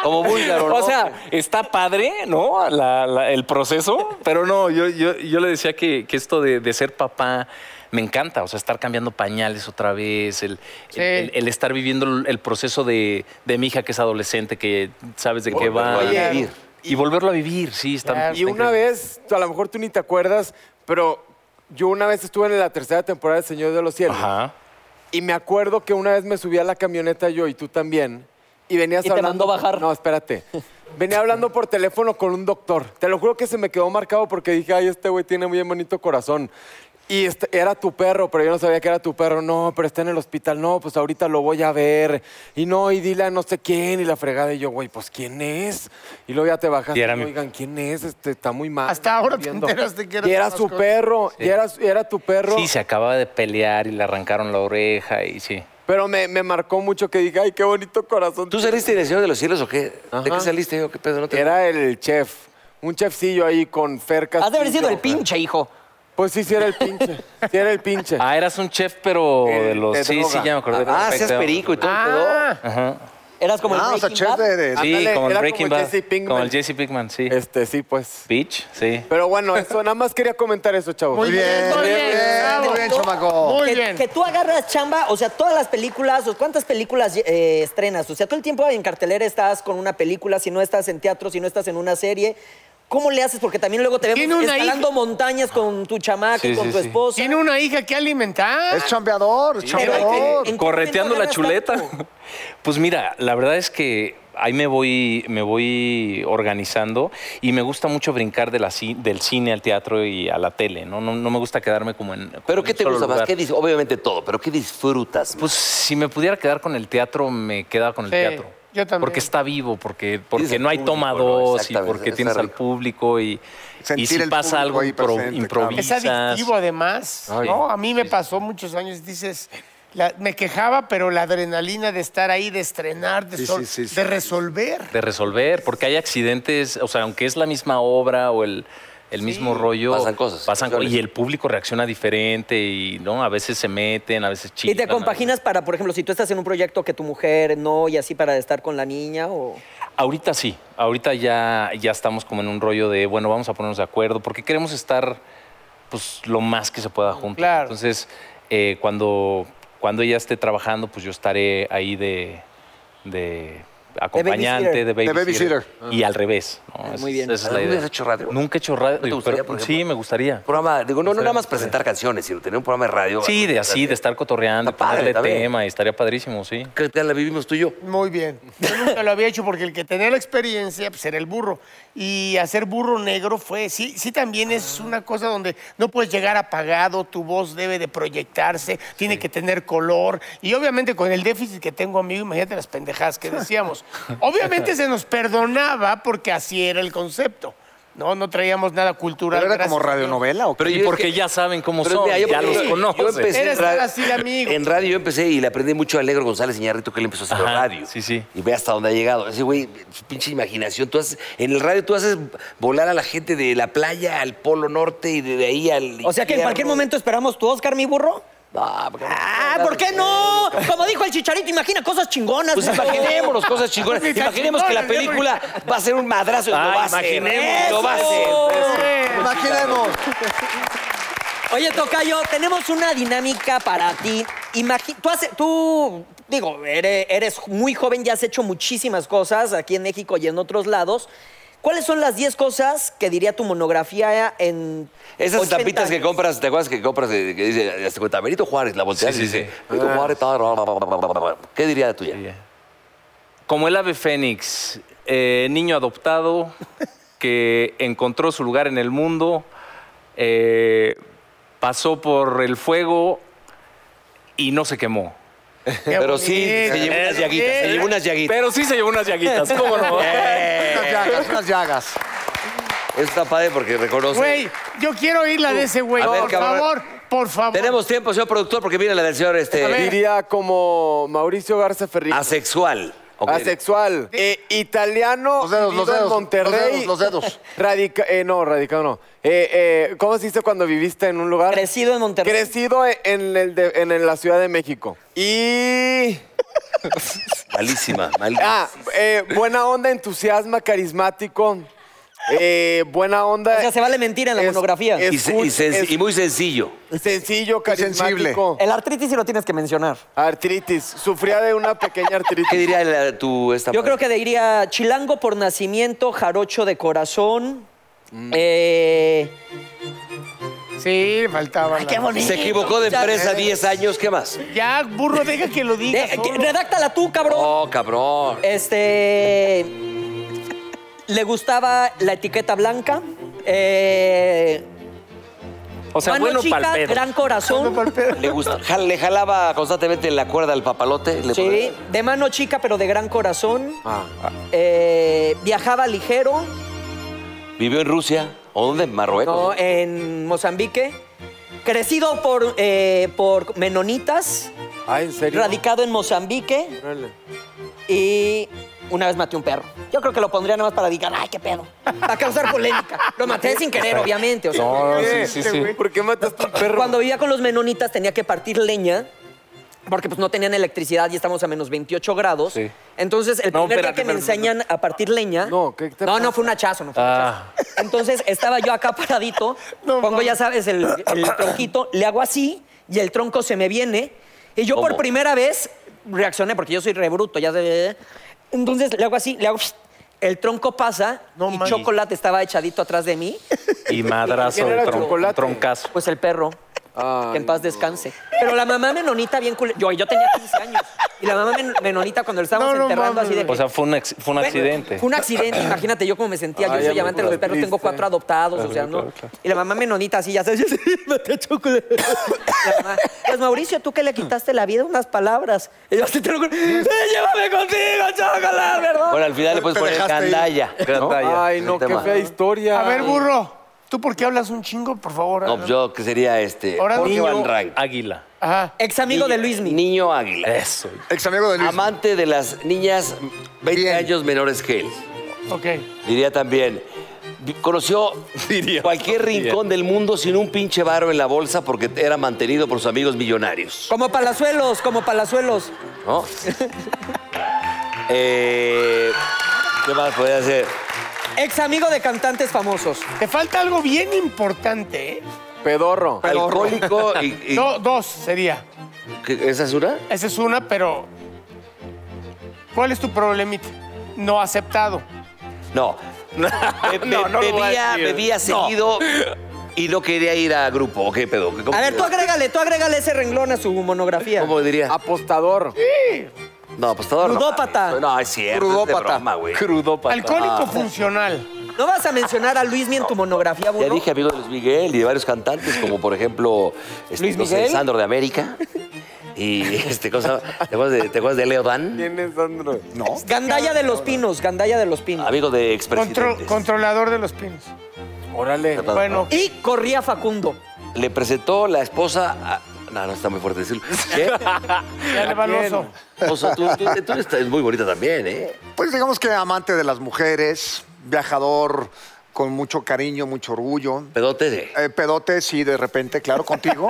[SPEAKER 4] Como búlgaro,
[SPEAKER 10] O
[SPEAKER 4] ¿no?
[SPEAKER 10] sea, está padre, ¿no? La- la- el proceso. Pero no, yo, yo, yo le decía que, que esto de, de ser papá me encanta. O sea, estar cambiando pañales otra vez, el, el- el- el estar viviendo el, el proceso de, de mi hija que es adolescente, que sabes de qué va.
[SPEAKER 4] Oye, vivir.
[SPEAKER 10] y volverlo a vivir, sí. Está,
[SPEAKER 9] Claro.
[SPEAKER 10] está
[SPEAKER 3] Y una
[SPEAKER 10] increíble.
[SPEAKER 3] vez, a lo mejor tú ni te acuerdas, pero yo una vez estuve en la tercera temporada de Señor de los Cielos.
[SPEAKER 10] Ajá.
[SPEAKER 3] Y me acuerdo que una vez me subí a la camioneta yo y tú también. Y venías
[SPEAKER 5] Y te
[SPEAKER 3] hablando.
[SPEAKER 5] mandó bajar.
[SPEAKER 3] No, espérate. Venía hablando por teléfono con un doctor. Te lo juro que se me quedó marcado porque dije, ay, este güey tiene muy bonito corazón. Y este- era tu perro, pero yo no sabía que era tu perro. No, pero está en el hospital. No, pues ahorita lo voy a ver. Y no, y dile a no sé quién. Y la fregada. Y yo, güey, pues ¿quién es? Y luego ya te bajaste.
[SPEAKER 10] Y era
[SPEAKER 3] y,
[SPEAKER 10] mi-
[SPEAKER 3] Oigan, ¿quién es? Este, está muy mal.
[SPEAKER 9] Hasta ahora te
[SPEAKER 3] Viendo.
[SPEAKER 9] enteraste que era
[SPEAKER 3] Y era
[SPEAKER 9] tu
[SPEAKER 3] su
[SPEAKER 9] mascota.
[SPEAKER 3] perro. Y, era, y era tu perro.
[SPEAKER 10] Sí, se acababa de pelear y le arrancaron la oreja y sí.
[SPEAKER 3] Pero me, me marcó mucho que dije, ay, qué bonito corazón.
[SPEAKER 4] ¿Tú saliste en el Señor de los Cielos o qué? ¿De qué
[SPEAKER 3] Ajá.
[SPEAKER 4] saliste? yo? ¿Qué pedo? No te...
[SPEAKER 3] Era el chef. Un chefcillo ahí con fercas.
[SPEAKER 5] Has de haber sido el pinche, hijo.
[SPEAKER 3] Pues sí, sí era el pinche. Sí era el pinche.
[SPEAKER 10] Ah, eras un chef, pero
[SPEAKER 3] Eh,
[SPEAKER 10] de los.
[SPEAKER 3] de
[SPEAKER 10] sí,
[SPEAKER 3] droga.
[SPEAKER 10] sí, ya me acordé.
[SPEAKER 4] Ah, seas
[SPEAKER 10] perfecto.
[SPEAKER 4] perico y todo el pedo.
[SPEAKER 5] Eras como
[SPEAKER 7] Ah,
[SPEAKER 5] el
[SPEAKER 7] o sea,
[SPEAKER 5] Breaking
[SPEAKER 7] chef
[SPEAKER 5] Bad.
[SPEAKER 7] de- de-
[SPEAKER 10] Sí,
[SPEAKER 3] Ándale,
[SPEAKER 10] como el
[SPEAKER 3] era
[SPEAKER 10] Breaking
[SPEAKER 3] como
[SPEAKER 10] Bad.
[SPEAKER 3] Jesse Pinkman.
[SPEAKER 10] Como el Jesse Pinkman, sí.
[SPEAKER 3] Este, sí, pues.
[SPEAKER 10] Beach, sí.
[SPEAKER 3] Pero bueno, eso, nada más quería comentar eso, chavos.
[SPEAKER 7] Muy bien, muy bien, muy bien, chamaco.
[SPEAKER 9] Muy
[SPEAKER 5] que,
[SPEAKER 9] bien.
[SPEAKER 5] que tú agarras chamba, o sea, todas las películas, o cuántas películas eh, estrenas, o sea, todo el tiempo en cartelera estás con una película, si no estás en teatro, si no estás en una serie. ¿Cómo le haces? Porque también luego te
[SPEAKER 9] Tiene
[SPEAKER 5] vemos
[SPEAKER 9] una
[SPEAKER 5] escalando montañas con tu chamaca y
[SPEAKER 10] Sí,
[SPEAKER 5] con
[SPEAKER 10] sí,
[SPEAKER 5] tu
[SPEAKER 10] sí.
[SPEAKER 5] esposa.
[SPEAKER 9] Tiene una hija que alimentar.
[SPEAKER 7] Es chambeador, es
[SPEAKER 5] Pero hay que-
[SPEAKER 7] chambeador.
[SPEAKER 5] ¿en qué
[SPEAKER 10] Oh, Correteando la
[SPEAKER 5] momento agarras
[SPEAKER 10] chuleta.
[SPEAKER 5] tanto?
[SPEAKER 10] Pues mira, la verdad es que ahí me voy, me voy organizando y me gusta mucho brincar de la ci- del cine al teatro y a la tele, ¿no? No, no me gusta quedarme como en. como en
[SPEAKER 4] ¿Pero
[SPEAKER 10] un
[SPEAKER 4] qué te
[SPEAKER 10] solo
[SPEAKER 4] gusta más?
[SPEAKER 10] lugar.
[SPEAKER 4] ¿Qué dis- Obviamente todo, pero ¿qué disfrutas? más?
[SPEAKER 10] Pues si me pudiera quedar con el teatro, me quedaba con el
[SPEAKER 9] Sí,
[SPEAKER 10] teatro.
[SPEAKER 9] yo también.
[SPEAKER 10] Porque está vivo, porque,
[SPEAKER 4] Tienes
[SPEAKER 10] porque
[SPEAKER 4] el
[SPEAKER 10] no hay
[SPEAKER 4] público,
[SPEAKER 10] toma
[SPEAKER 4] ¿no?
[SPEAKER 10] dos y
[SPEAKER 4] Exactamente,
[SPEAKER 10] porque
[SPEAKER 4] está
[SPEAKER 10] tienes al
[SPEAKER 4] rico.
[SPEAKER 10] público y, y
[SPEAKER 7] Sentir
[SPEAKER 10] si
[SPEAKER 7] el público
[SPEAKER 10] pasa algo,
[SPEAKER 7] ahí
[SPEAKER 10] impro-
[SPEAKER 7] presente, claro.
[SPEAKER 9] Es
[SPEAKER 10] improvisas.
[SPEAKER 9] adictivo además,
[SPEAKER 10] Ay.
[SPEAKER 9] ¿no? A mí me pasó muchos años, dices, la- me quejaba, pero la adrenalina de estar ahí, de estrenar, de,
[SPEAKER 7] Sí,
[SPEAKER 9] sol-
[SPEAKER 7] sí, sí, sí.
[SPEAKER 9] de resolver.
[SPEAKER 10] de resolver, porque hay accidentes, o sea, aunque es la misma obra o el, el mismo rollo.
[SPEAKER 4] Pasan cosas,
[SPEAKER 10] pasan co-
[SPEAKER 4] situaciones.
[SPEAKER 10] y el público reacciona diferente y, ¿no? A veces se meten, a veces chillan.
[SPEAKER 5] Y te
[SPEAKER 10] a veces-
[SPEAKER 5] compaginas para, por ejemplo, si tú estás en un proyecto que tu mujer no y así para estar con la niña o...
[SPEAKER 10] Ahorita sí, ahorita ya, ya estamos como en un rollo de, bueno, vamos a ponernos de acuerdo, porque queremos estar pues lo más que se pueda juntos.
[SPEAKER 9] Claro.
[SPEAKER 10] Entonces, eh, cuando, cuando ella esté trabajando, pues yo estaré ahí de, de acompañante, de babysitter.
[SPEAKER 7] babysitter.
[SPEAKER 10] Y al revés. ¿no?
[SPEAKER 5] Ah,
[SPEAKER 10] Esa-
[SPEAKER 5] muy bien.
[SPEAKER 10] esa es la
[SPEAKER 4] ¿Alguna
[SPEAKER 10] idea.
[SPEAKER 4] vez has hecho radio?
[SPEAKER 10] Nunca he hecho radio.
[SPEAKER 4] ¿No te gustaría,
[SPEAKER 10] pero-
[SPEAKER 4] por ejemplo?
[SPEAKER 10] sí, me gustaría.
[SPEAKER 4] Programa, digo, no, no nada más
[SPEAKER 10] Sí.
[SPEAKER 4] presentar canciones, sino tener un programa de radio.
[SPEAKER 10] Sí, de así, de estar cotorreando,
[SPEAKER 4] Está padre
[SPEAKER 10] ponerle
[SPEAKER 4] también.
[SPEAKER 10] tema, y estaría padrísimo, sí.
[SPEAKER 4] ¿Qué tal la vivimos tú y yo?
[SPEAKER 9] Muy bien. Yo nunca lo había hecho porque el que tenía la experiencia pues, era el burro. Y hacer burro negro fue, sí, sí también
[SPEAKER 4] Ah.
[SPEAKER 9] es una cosa donde no puedes llegar apagado, tu voz debe de proyectarse, tiene que tener color. Y obviamente con el déficit que tengo amigo, imagínate las pendejadas que decíamos. obviamente se nos perdonaba porque así era el concepto. No, no traíamos nada cultural.
[SPEAKER 7] Pero era
[SPEAKER 9] gracias
[SPEAKER 7] como
[SPEAKER 9] a Dios.
[SPEAKER 7] radionovela o qué?
[SPEAKER 10] Pero
[SPEAKER 4] yo
[SPEAKER 10] y
[SPEAKER 4] es
[SPEAKER 10] porque
[SPEAKER 4] que-
[SPEAKER 10] ya saben cómo
[SPEAKER 4] Pero
[SPEAKER 10] son,
[SPEAKER 4] mira, yo-
[SPEAKER 10] ya
[SPEAKER 4] yo-
[SPEAKER 10] los
[SPEAKER 4] yo
[SPEAKER 10] conocen.
[SPEAKER 4] empecé
[SPEAKER 9] Eres
[SPEAKER 4] en radio-
[SPEAKER 9] así de amigo.
[SPEAKER 4] En radio yo empecé y le aprendí mucho a Alegro González Iñárritu que él empezó a hacer
[SPEAKER 10] Ajá,
[SPEAKER 4] radio.
[SPEAKER 10] sí, sí.
[SPEAKER 4] Y ve hasta dónde ha llegado. Ese güey, su pinche imaginación. Tú haces, en el radio tú haces volar a la gente de la playa al Polo Norte y de ahí al...
[SPEAKER 5] O sea que en cualquier
[SPEAKER 4] infierno.
[SPEAKER 5] momento esperamos tu Oscar, mi burro.
[SPEAKER 4] No, porque-
[SPEAKER 5] Ah, ¿por qué no? Como dijo el chicharito, imagina cosas chingonas.
[SPEAKER 4] Pues
[SPEAKER 5] mijo.
[SPEAKER 4] imaginémonos cosas chingonas.
[SPEAKER 9] Ni tan
[SPEAKER 4] Imaginemos que la
[SPEAKER 9] chingonas, ¿no?
[SPEAKER 4] película va a ser un madrazo y
[SPEAKER 10] Ah,
[SPEAKER 4] lo va a ser.
[SPEAKER 10] imaginemos.
[SPEAKER 4] Lo va a ser.
[SPEAKER 7] Imaginemos.
[SPEAKER 5] Oye, Tocayo, tenemos una dinámica para ti. Imagi- tú, has- tú, digo, eres, eres muy joven y has hecho muchísimas cosas aquí en México y en otros lados. ¿Cuáles son las 10 cosas que diría tu monografía en.
[SPEAKER 4] Esas
[SPEAKER 5] 80
[SPEAKER 4] estampitas que
[SPEAKER 5] años?
[SPEAKER 4] compras, ¿te acuerdas que compras eh, que dice, hasta cuenta, Benito Juárez, la volteas
[SPEAKER 10] Sí,
[SPEAKER 4] y
[SPEAKER 10] sí, sí. Ah.
[SPEAKER 4] dice, Benito Juárez, ta, ra, ra, ra, ra, ra. ¿qué diría de tuya?
[SPEAKER 10] Como el ave fénix, eh, niño adoptado que encontró su lugar en el mundo, eh, pasó por el fuego y no se quemó.
[SPEAKER 9] Qué
[SPEAKER 4] Pero sí,
[SPEAKER 9] bonito.
[SPEAKER 4] se llevó unas
[SPEAKER 9] Eso,
[SPEAKER 4] llaguitas, se
[SPEAKER 9] bien.
[SPEAKER 4] llevó unas llaguitas. Eh.
[SPEAKER 10] Pero sí se llevó unas llaguitas, ¿cómo no?
[SPEAKER 7] Unas llagas, unas llagas.
[SPEAKER 4] Eso está padre porque reconoce.
[SPEAKER 9] Güey, yo quiero oír la de ese güey.
[SPEAKER 4] A ver,
[SPEAKER 9] Por
[SPEAKER 4] cabrón.
[SPEAKER 9] favor, por favor.
[SPEAKER 4] Tenemos este, tiempo, señor productor, porque mira la del señor
[SPEAKER 9] A ver.
[SPEAKER 4] este,
[SPEAKER 3] Diría como Mauricio Garza Ferri.
[SPEAKER 4] asexual. Ah, Ok.
[SPEAKER 3] Asexual. Eh, italiano.
[SPEAKER 7] Los dedos, los
[SPEAKER 3] vivido en
[SPEAKER 7] dedos,
[SPEAKER 3] Monterrey.
[SPEAKER 7] los dedos, los dedos.
[SPEAKER 3] Radica eh, no, radicado no. Eh, eh, ¿Cómo se dice cuando viviste en un lugar?
[SPEAKER 5] Crecido en Monterrey.
[SPEAKER 3] Crecido en, el de- en la Ciudad de México. Y.
[SPEAKER 4] Malísima,
[SPEAKER 3] Ah,
[SPEAKER 4] malísima.
[SPEAKER 3] eh, buena onda, entusiasma, carismático. Eh, buena onda.
[SPEAKER 5] O sea, se vale mentir en la
[SPEAKER 3] Es-
[SPEAKER 5] monografía.
[SPEAKER 3] es-
[SPEAKER 4] y, se- y sen-
[SPEAKER 3] es-
[SPEAKER 4] y muy sencillo.
[SPEAKER 3] Sencillo,
[SPEAKER 7] sensible.
[SPEAKER 3] carismático.
[SPEAKER 5] El artritis sí lo tienes que mencionar.
[SPEAKER 3] Artritis. Sufría de una pequeña
[SPEAKER 4] ¿Qué
[SPEAKER 3] artritis.
[SPEAKER 4] diría la- tu esta
[SPEAKER 5] Yo creo que diría chilango por nacimiento, jarocho de corazón.
[SPEAKER 10] Mm.
[SPEAKER 5] Eh,
[SPEAKER 9] Sí, faltaba. la-
[SPEAKER 4] Se equivocó de empresa 10 años, ¿qué más?
[SPEAKER 9] Ya, burro, deja que lo diga.
[SPEAKER 5] de-
[SPEAKER 9] solo.
[SPEAKER 5] redáctala tú, cabrón.
[SPEAKER 4] Oh, cabrón.
[SPEAKER 5] Este. Le gustaba la etiqueta blanca. Eh,
[SPEAKER 10] O sea,
[SPEAKER 5] mano
[SPEAKER 10] bueno
[SPEAKER 5] chica,
[SPEAKER 10] para pedo.
[SPEAKER 5] gran corazón.
[SPEAKER 4] Le, gusta- ja- le jalaba constantemente la cuerda al papalote. le
[SPEAKER 5] Sí,
[SPEAKER 4] ponía-
[SPEAKER 5] de mano chica, pero de gran corazón.
[SPEAKER 4] Ah, ah.
[SPEAKER 5] Eh, viajaba ligero.
[SPEAKER 4] Vivió en Rusia. ¿O dónde? En Marruecos.
[SPEAKER 5] No, en Mozambique. Crecido por, eh, por menonitas,
[SPEAKER 3] Ay, ¿en serio?
[SPEAKER 5] radicado en Mozambique
[SPEAKER 3] Órale.
[SPEAKER 5] y una vez maté un perro. Yo creo que lo pondría nada más para dedicar, ay, qué pedo, para causar polémica. Lo maté sin querer, obviamente. o sea.
[SPEAKER 3] ¿Qué? ¿Por qué mataste a un perro?
[SPEAKER 5] Cuando vivía con los menonitas tenía que partir leña. Porque pues no tenían electricidad y estamos a menos 28 grados.
[SPEAKER 10] Sí.
[SPEAKER 5] Entonces, el
[SPEAKER 10] No,
[SPEAKER 5] primer día
[SPEAKER 10] espérate,
[SPEAKER 5] que me
[SPEAKER 10] espérate,
[SPEAKER 5] enseñan a partir leña.
[SPEAKER 3] No, ¿qué te
[SPEAKER 5] No, no,
[SPEAKER 3] pasa?
[SPEAKER 5] fue un hachazo, no fue un
[SPEAKER 10] Ah.
[SPEAKER 5] hachazo. Entonces, estaba yo acá paradito, pongo, ya sabes, el, el tronquito, le hago así y el tronco se me viene. Y yo por
[SPEAKER 4] ¿Cómo?
[SPEAKER 5] primera vez reaccioné, porque yo soy rebruto, ya sé. Entonces, le hago así, le hago. El tronco pasa
[SPEAKER 9] No
[SPEAKER 5] y
[SPEAKER 9] manches.
[SPEAKER 5] chocolate estaba echadito atrás de mí.
[SPEAKER 10] Y madrazo,
[SPEAKER 3] ¿Quién era
[SPEAKER 10] tron-
[SPEAKER 3] chocolate?
[SPEAKER 10] troncazo.
[SPEAKER 5] Pues el perro. que en paz descanse. Pero la mamá menonita bien cool. Yo, yo tenía 15 años. Y la mamá men- menonita cuando lo estábamos
[SPEAKER 9] No, no
[SPEAKER 5] enterrando
[SPEAKER 9] mames.
[SPEAKER 5] así de que-
[SPEAKER 10] O sea, fue un, ex- fue un
[SPEAKER 5] Fue-
[SPEAKER 10] accidente.
[SPEAKER 5] Fue un accidente. Imagínate yo cómo me sentía.
[SPEAKER 3] Ay,
[SPEAKER 5] yo soy
[SPEAKER 3] amigo,
[SPEAKER 5] amante de los
[SPEAKER 3] qué
[SPEAKER 5] perros. Tengo
[SPEAKER 3] triste.
[SPEAKER 5] cuatro adoptados. o sea, ¿no?
[SPEAKER 10] claro, claro.
[SPEAKER 5] Y la mamá menonita así ya sabes. sí, Mate chocolate. La mamá, Pues Mauricio, tú que le quitaste la vida unas palabras. Y yo así te lo juro, "Sí, llévame contigo, chocolate, ¿verdad?
[SPEAKER 4] Bueno, al final le puedes
[SPEAKER 7] Te
[SPEAKER 4] poner
[SPEAKER 7] dejaste ir.
[SPEAKER 4] candalla. ¿no?
[SPEAKER 3] Ay, no,
[SPEAKER 4] El
[SPEAKER 3] qué
[SPEAKER 4] Este tema.
[SPEAKER 3] fea historia.
[SPEAKER 9] A ver, burro, ¿tú por qué hablas un chingo, por favor?
[SPEAKER 4] No, pues yo que sería este.
[SPEAKER 9] Ahora
[SPEAKER 4] Jorge
[SPEAKER 9] niño-
[SPEAKER 4] Van Rank.
[SPEAKER 10] Águila.
[SPEAKER 9] Ajá.
[SPEAKER 5] Ex amigo de Luis Mi.
[SPEAKER 4] Niño águila.
[SPEAKER 10] Eso.
[SPEAKER 7] Ex amigo de Luis.
[SPEAKER 4] Amante de las niñas 20
[SPEAKER 7] Bien.
[SPEAKER 4] años menores que él.
[SPEAKER 9] Ok.
[SPEAKER 4] Diría también. vi- Conoció cualquier rincón del mundo sin un pinche varo en la bolsa porque era mantenido por sus amigos millonarios.
[SPEAKER 5] Como palazuelos, como palazuelos.
[SPEAKER 4] ¿no? Eh, ¿Qué más podría hacer?
[SPEAKER 5] Ex amigo de cantantes famosos.
[SPEAKER 9] Te falta algo bien importante, ¿eh?
[SPEAKER 3] Pedorro.
[SPEAKER 4] Alcohólico y. y-
[SPEAKER 9] No, dos sería.
[SPEAKER 4] ¿qué- ¿Esa es una?
[SPEAKER 9] Esa es una, pero. ¿Cuál es tu problemita? No aceptado.
[SPEAKER 4] No. Be- be-
[SPEAKER 10] no lo voy
[SPEAKER 4] bebía,
[SPEAKER 10] a decir.
[SPEAKER 4] bebía seguido y no quería ir a grupo. ¿O qué pedo? ¿Cómo-
[SPEAKER 5] A ver, tú agrégale, tú agrégale ese renglón a su monografía.
[SPEAKER 4] ¿Cómo diría?
[SPEAKER 3] Apostador.
[SPEAKER 4] No, apostador. no
[SPEAKER 5] Crudópata.
[SPEAKER 4] mames. No, es cierto. Es de
[SPEAKER 7] Crudópata.
[SPEAKER 4] broma, güey.
[SPEAKER 9] Alcohólico
[SPEAKER 4] ah,
[SPEAKER 9] funcional.
[SPEAKER 5] ¿No vas a mencionar a Luis Mi en tu monografía, burro?
[SPEAKER 4] Ya dije amigo de Luis Miguel y de varios cantantes, como por ejemplo este,
[SPEAKER 5] ¿Luis
[SPEAKER 4] no sé,
[SPEAKER 5] Miguel?
[SPEAKER 4] Sandro de América. Y este cosa. ¿Te acuerdas de, te acuerdas de Leo Dan?
[SPEAKER 3] ¿Quién es Sandro?
[SPEAKER 7] No.
[SPEAKER 5] Gandaya de los Pinos, Gandaya de los Pinos.
[SPEAKER 4] Amigo de
[SPEAKER 9] Contro-
[SPEAKER 4] expresidentes.
[SPEAKER 9] controlador de los pinos.
[SPEAKER 3] Órale.
[SPEAKER 9] Bueno,
[SPEAKER 5] Y corría Facundo.
[SPEAKER 4] Le presentó la esposa. a- No, no está muy fuerte decirlo. ¿Qué?
[SPEAKER 9] ya le va el oso.
[SPEAKER 4] O sea, tú, tú, tú eres muy bonita también, ¿eh?
[SPEAKER 7] Pues digamos que amante de las mujeres, viajador con mucho cariño, mucho orgullo.
[SPEAKER 4] Pedote de.
[SPEAKER 7] Eh, pedote, sí, de repente, claro, contigo.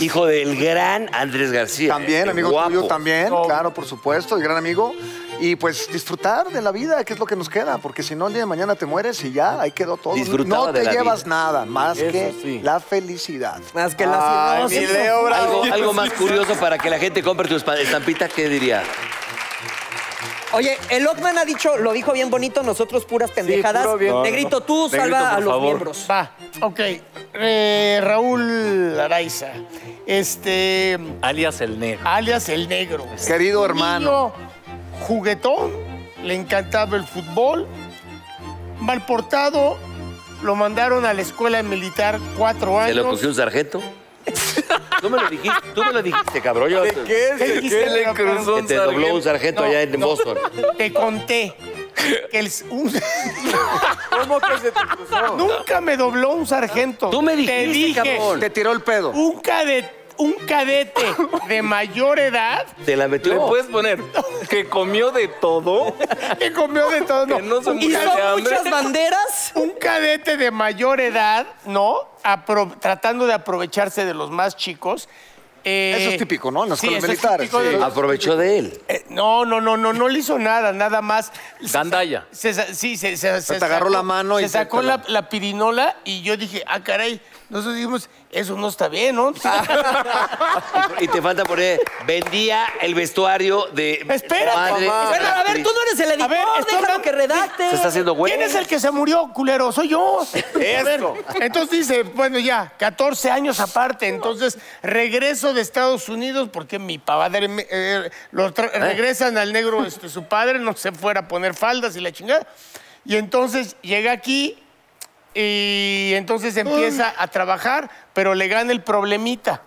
[SPEAKER 4] Hijo del gran Andrés García.
[SPEAKER 7] También,
[SPEAKER 4] ¿eh?
[SPEAKER 7] amigo
[SPEAKER 4] Guapo.
[SPEAKER 7] tuyo, también,
[SPEAKER 9] No.
[SPEAKER 7] claro, por supuesto, el gran amigo. Y pues disfrutar de la vida, que es lo que nos queda, porque si no, el día de mañana te mueres y ya, ahí quedó todo.
[SPEAKER 4] Disfrutaba
[SPEAKER 7] no
[SPEAKER 4] de
[SPEAKER 7] te
[SPEAKER 4] la
[SPEAKER 7] llevas
[SPEAKER 4] vida.
[SPEAKER 7] nada más
[SPEAKER 3] Eso
[SPEAKER 7] que
[SPEAKER 3] sí.
[SPEAKER 7] la felicidad.
[SPEAKER 5] Más que
[SPEAKER 3] Ay,
[SPEAKER 5] la
[SPEAKER 3] mi Leo Bravo.
[SPEAKER 4] Algo, algo más curioso para que la gente compre tu espa- estampita, ¿qué diría?
[SPEAKER 5] Oye, el Ockman ha dicho, lo dijo bien bonito, nosotros puras pendejadas.
[SPEAKER 3] puro bien.
[SPEAKER 5] Negrito, tú salva
[SPEAKER 10] por
[SPEAKER 5] a los
[SPEAKER 10] favor.
[SPEAKER 5] miembros.
[SPEAKER 9] Va, ok. Eh, Raúl Araiza. Este.
[SPEAKER 10] Alias el negro.
[SPEAKER 9] alias el negro.
[SPEAKER 7] Querido
[SPEAKER 9] Un
[SPEAKER 7] hermano.
[SPEAKER 9] niño juguetón, le encantaba el fútbol, mal portado, lo mandaron a la escuela militar cuatro
[SPEAKER 4] ¿Te
[SPEAKER 9] años.
[SPEAKER 4] lo cogió un sargento? Tú me lo dijiste, tú me lo dijiste, cabrón. Yo-
[SPEAKER 3] ¿De qué es? ¿De
[SPEAKER 9] dijiste,
[SPEAKER 3] qué le
[SPEAKER 9] Leo,
[SPEAKER 3] cruzó
[SPEAKER 4] que
[SPEAKER 3] un
[SPEAKER 4] te dobló un
[SPEAKER 3] sargento?
[SPEAKER 4] sargento allá en Boston.
[SPEAKER 9] Te conté. que el- un-
[SPEAKER 3] ¿Cómo que se te cruzó?
[SPEAKER 9] nunca me dobló un sargento.
[SPEAKER 4] Tú me dijiste,
[SPEAKER 9] Te dije,
[SPEAKER 4] cabrón.
[SPEAKER 7] Te tiró el pedo.
[SPEAKER 9] un cadet,
[SPEAKER 6] un cadete de mayor edad
[SPEAKER 4] Te la
[SPEAKER 10] ¿Le
[SPEAKER 4] metió.
[SPEAKER 10] puedes poner que comió de todo?
[SPEAKER 6] que comió de todo.
[SPEAKER 10] Que no se
[SPEAKER 6] un
[SPEAKER 5] Y
[SPEAKER 10] muera de
[SPEAKER 6] cadete-
[SPEAKER 5] son
[SPEAKER 10] hambre.
[SPEAKER 5] muchas banderas.
[SPEAKER 6] un cadete de mayor edad, ¿no? Apro- tratando de aprovecharse de los más chicos. Eh,
[SPEAKER 7] Eso es típico, ¿no? En las
[SPEAKER 6] sí,
[SPEAKER 7] escuelas
[SPEAKER 6] eso es
[SPEAKER 7] militares,
[SPEAKER 6] típico de
[SPEAKER 7] sí.
[SPEAKER 6] los-
[SPEAKER 4] Aprovechó de él.
[SPEAKER 6] eh, no, no, no, no, no le hizo nada, nada más. Se-
[SPEAKER 10] Gandalla.
[SPEAKER 6] se- se- sí, se, se- se
[SPEAKER 7] te agarró la mano y
[SPEAKER 6] se
[SPEAKER 7] te-
[SPEAKER 6] sacó
[SPEAKER 7] te
[SPEAKER 6] la, la pirinola y yo dije, ah, caray, nosotros dijimos, eso no está bien, ¿no?
[SPEAKER 4] Y te falta poner, vendía el vestuario de
[SPEAKER 6] Espérate, mamá.
[SPEAKER 4] de
[SPEAKER 5] Bueno, a ver,
[SPEAKER 4] actriz.
[SPEAKER 5] tú no eres el editor,
[SPEAKER 6] ver, estoy
[SPEAKER 5] déjalo
[SPEAKER 6] hablando-
[SPEAKER 5] que redacte.
[SPEAKER 4] Se está haciendo güey.
[SPEAKER 6] ¿Quién es el que se murió, culero? Soy yo. A ver, entonces dice, bueno, ya, 14 años aparte. Entonces regreso de Estados Unidos porque mi padre me- eh, lo tra- regresan al negro, este, su padre no se fuera a poner faldas y la chingada. Y entonces llega aquí y entonces empieza a trabajar, pero le gana el problemita.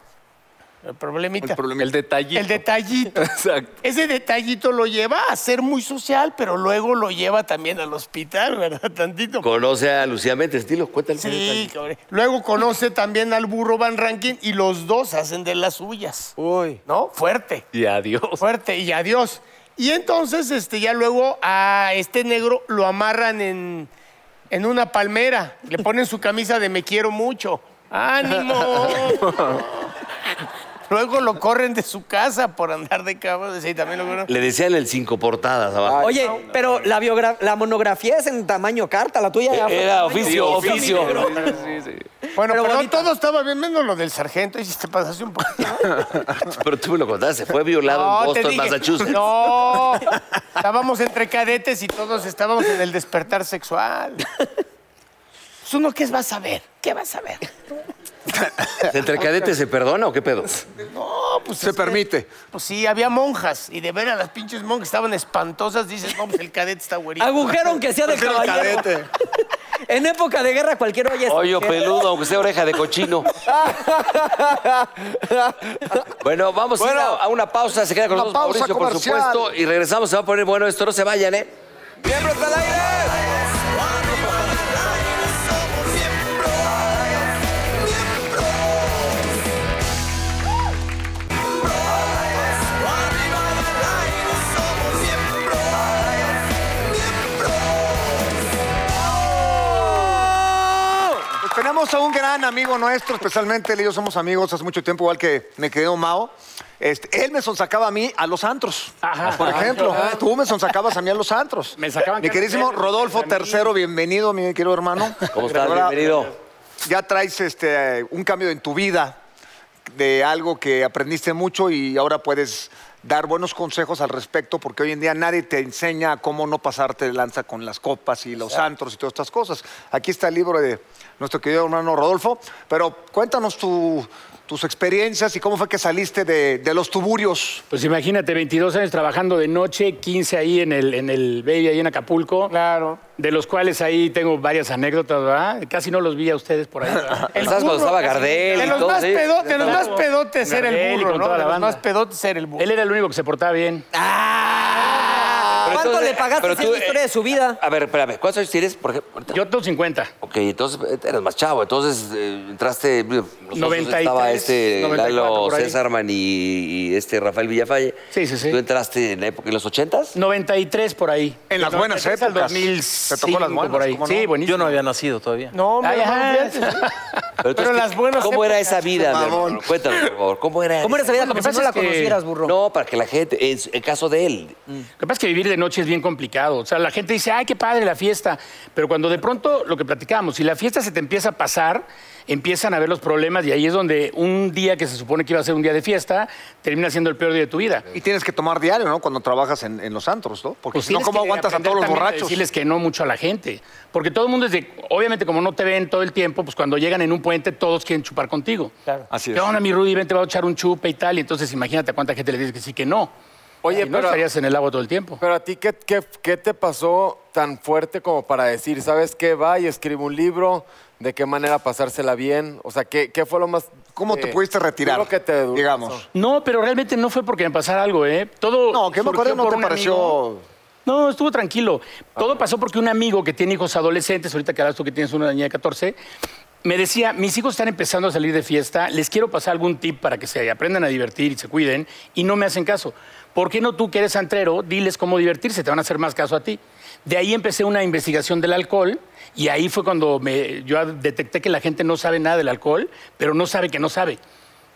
[SPEAKER 6] El problemita.
[SPEAKER 10] El detallito.
[SPEAKER 6] El detallito.
[SPEAKER 10] Exacto.
[SPEAKER 6] Ese detallito lo lleva a ser muy social, pero luego lo lleva también al hospital, ¿verdad? Tantito.
[SPEAKER 4] Conoce a Lucía Méndez, dilo, cuéntale.
[SPEAKER 6] Sí, cabrón. Luego conoce también al burro Van Rankin y los dos hacen de las suyas.
[SPEAKER 3] Uy.
[SPEAKER 6] ¿No? Fuerte.
[SPEAKER 10] Y adiós.
[SPEAKER 6] Fuerte y adiós. Y entonces, este, ya luego a este negro lo amarran en, en una palmera. Le ponen su camisa de me quiero mucho. ¡Ánimo! luego lo corren de su casa por andar de cabo. Sí, también lo corren.
[SPEAKER 4] Le decían el cinco portadas abajo.
[SPEAKER 5] Oye, pero la, biogra- la monografía es en tamaño carta, la tuya ya fue
[SPEAKER 4] Era
[SPEAKER 5] tamaño-
[SPEAKER 4] oficio, oficio.
[SPEAKER 10] Sí, sí, sí.
[SPEAKER 6] Bueno,
[SPEAKER 5] Pero
[SPEAKER 6] pero,
[SPEAKER 5] bonito.
[SPEAKER 6] todo estaba bien, menos lo del sargento. Y si te pasaste un poquito.
[SPEAKER 4] Pero tú me lo contaste, fue violado en
[SPEAKER 6] te
[SPEAKER 4] Boston,
[SPEAKER 6] dije,
[SPEAKER 4] Massachusetts.
[SPEAKER 6] No, estábamos entre cadetes y todos estábamos en el despertar sexual. Pues uno, ¿qué vas a ver? ¿Qué vas a ver?
[SPEAKER 4] ¿Entre cadetes se perdona o qué pedo?
[SPEAKER 6] No, pues.
[SPEAKER 7] Se
[SPEAKER 6] es que-
[SPEAKER 7] permite.
[SPEAKER 6] Pues sí, había monjas. Y de ver a las pinches monjas estaban espantosas, dices, no, pues el cadete está güerito.
[SPEAKER 5] Agujero aunque sea de caballero. En época de guerra cualquier olla es
[SPEAKER 4] Hoyo
[SPEAKER 5] agujero.
[SPEAKER 4] peludo, aunque sea oreja de cochino. bueno, vamos a ir a, a una pausa. Se queda con
[SPEAKER 7] Una
[SPEAKER 4] nosotros
[SPEAKER 7] pausa
[SPEAKER 4] Mauricio, por
[SPEAKER 7] comercial.
[SPEAKER 4] supuesto. Y regresamos, se va a poner bueno esto. No se vayan, ¿eh?
[SPEAKER 3] ¡Miembros al aire!
[SPEAKER 7] Pues tenemos a un gran amigo nuestro, especialmente él y yo somos amigos hace mucho tiempo, igual que me quedé Mao. Este, él me sonsacaba a mí a los antros. por ejemplo, tú me sonsacabas a mí a los antros.
[SPEAKER 11] Ah, Me sacaban
[SPEAKER 7] Mi queridísimo
[SPEAKER 11] carteles,
[SPEAKER 7] Rodolfo
[SPEAKER 11] amigos.
[SPEAKER 7] Tercero, bienvenido, mi querido hermano.
[SPEAKER 4] ¿Cómo estás?
[SPEAKER 7] Ahora,
[SPEAKER 4] Bienvenido.
[SPEAKER 7] Ya traes este, un cambio en tu vida de algo que aprendiste mucho y ahora puedes dar buenos consejos al respecto porque hoy en día nadie te enseña cómo no pasarte de lanza con las copas y los antros y todas estas cosas. Aquí está el libro de nuestro querido hermano Rodolfo, pero cuéntanos tu- tus experiencias y cómo fue que saliste de, de los tuburios.
[SPEAKER 11] Pues imagínate, 22 años trabajando de noche, 15 ahí en el, en el Baby, ahí en Acapulco.
[SPEAKER 6] Claro.
[SPEAKER 11] De los cuales ahí tengo varias anécdotas, ¿verdad? Casi no los vi a ustedes por ahí. ¿verdad?
[SPEAKER 6] El
[SPEAKER 4] ¿Sabes cuando
[SPEAKER 6] burro,
[SPEAKER 4] estaba Gardel
[SPEAKER 6] De
[SPEAKER 4] y
[SPEAKER 6] los,
[SPEAKER 4] todo,
[SPEAKER 6] más,
[SPEAKER 4] sí?
[SPEAKER 6] pedo- de los más pedotes era
[SPEAKER 11] Gardel y
[SPEAKER 6] el burro,
[SPEAKER 11] con
[SPEAKER 6] ¿no?
[SPEAKER 11] toda la
[SPEAKER 6] De los
[SPEAKER 11] banda.
[SPEAKER 6] más pedotes era el burro.
[SPEAKER 11] Él era el único que se portaba bien.
[SPEAKER 4] Pero
[SPEAKER 5] ¿Cuánto
[SPEAKER 4] entonces-
[SPEAKER 5] le pagaste
[SPEAKER 4] pero
[SPEAKER 5] esa
[SPEAKER 4] tú,
[SPEAKER 5] historia
[SPEAKER 4] eh,
[SPEAKER 5] de su vida?
[SPEAKER 4] A ver, espérame, ¿cuántos años tienes? Por ejemplo, ahorita?
[SPEAKER 11] Yo tengo 50.
[SPEAKER 4] Ok, entonces eh, eras más chavo, entonces eh, entraste, mira, nosotros
[SPEAKER 11] 93,
[SPEAKER 4] estaba este
[SPEAKER 11] 94
[SPEAKER 4] Lalo
[SPEAKER 11] por ahí.
[SPEAKER 4] Césarman y, y este Rafael Villafalle.
[SPEAKER 11] Sí, sí, sí.
[SPEAKER 4] Tú entraste en la época de los ochentas.
[SPEAKER 11] 93 por ahí.
[SPEAKER 7] En las
[SPEAKER 11] Del
[SPEAKER 7] buenas
[SPEAKER 11] 93 al
[SPEAKER 7] épocas.
[SPEAKER 11] 2005
[SPEAKER 7] Te tocó las buenas,
[SPEAKER 11] por ahí.
[SPEAKER 7] ¿cómo no?
[SPEAKER 11] Sí, buenísimo.
[SPEAKER 10] Yo no había nacido todavía.
[SPEAKER 6] No,
[SPEAKER 11] Ay,
[SPEAKER 6] me
[SPEAKER 11] ajá.
[SPEAKER 6] ¿eh? Pero las buenas
[SPEAKER 4] eh, ¿Cómo era esa
[SPEAKER 6] épocas,
[SPEAKER 4] vida, mi
[SPEAKER 7] mamón.
[SPEAKER 4] hermano? Cuéntanos, por favor, ¿cómo era?
[SPEAKER 5] ¿Cómo era esa vida?
[SPEAKER 11] Lo que
[SPEAKER 5] Como
[SPEAKER 11] pasa
[SPEAKER 5] si no la
[SPEAKER 11] es que-
[SPEAKER 5] conocieras, burro.
[SPEAKER 4] No, para que la gente, en, su- en caso de él,
[SPEAKER 11] Lo que pasa es que vivir de noche es bien complicado. O sea, la gente dice, ay, qué padre la fiesta. Pero cuando de pronto, lo que platicábamos, si la fiesta se te empieza a pasar, empiezan a ver los problemas y ahí es donde un día que se supone que iba a ser un día de fiesta, termina siendo el peor día de tu vida.
[SPEAKER 7] Y tienes que tomar diario, ¿no? Cuando trabajas en, en los antros, ¿no? Porque
[SPEAKER 11] Pues
[SPEAKER 7] si no,
[SPEAKER 11] tienes
[SPEAKER 7] ¿cómo
[SPEAKER 11] que
[SPEAKER 7] aguantas a
[SPEAKER 11] aprender
[SPEAKER 7] todos los
[SPEAKER 11] también eh, a
[SPEAKER 7] borrachos?
[SPEAKER 11] Decirles que no mucho a la gente. Porque todo el mundo es de. Obviamente, como no te ven todo el tiempo, pues cuando llegan en un puente, todos quieren chupar contigo. Claro. Así
[SPEAKER 7] Así es.
[SPEAKER 11] es. ¿Qué onda, mi Rudy? Ven, te va a echar un chupe y tal. Y entonces, imagínate a cuánta gente le dices que sí, que no.
[SPEAKER 3] Oye,
[SPEAKER 11] Y no
[SPEAKER 3] pero-
[SPEAKER 11] estarías en el agua todo el tiempo.
[SPEAKER 3] Pero a ti, ¿qué, qué, qué te pasó tan fuerte como para decir, sabes qué, va y escribe un libro, de qué manera pasársela bien? O sea, ¿qué, qué fue lo más... eh,
[SPEAKER 7] ¿Cómo te pudiste retirar,
[SPEAKER 3] duro que te du-
[SPEAKER 7] digamos?
[SPEAKER 11] No, pero realmente no fue porque me pasara algo, ¿eh? Todo.
[SPEAKER 7] No, que me acuerdo,
[SPEAKER 11] surgió
[SPEAKER 7] no
[SPEAKER 11] por
[SPEAKER 7] te
[SPEAKER 11] un
[SPEAKER 7] pareció...
[SPEAKER 11] amigo. No, estuvo tranquilo. Todo pasó porque un amigo que tiene hijos adolescentes, ahorita que hablas tú que tienes una niña de 14,
[SPEAKER 6] me decía, mis hijos están empezando a salir de fiesta, les quiero pasar algún tip para que se aprendan a divertir y se cuiden, y no me hacen caso. ¿Por qué no tú que eres antrero, diles cómo divertirse, te van a hacer más caso a ti? De ahí empecé una investigación del alcohol y ahí fue cuando me- yo detecté que la gente no sabe nada del alcohol, pero no sabe que no sabe.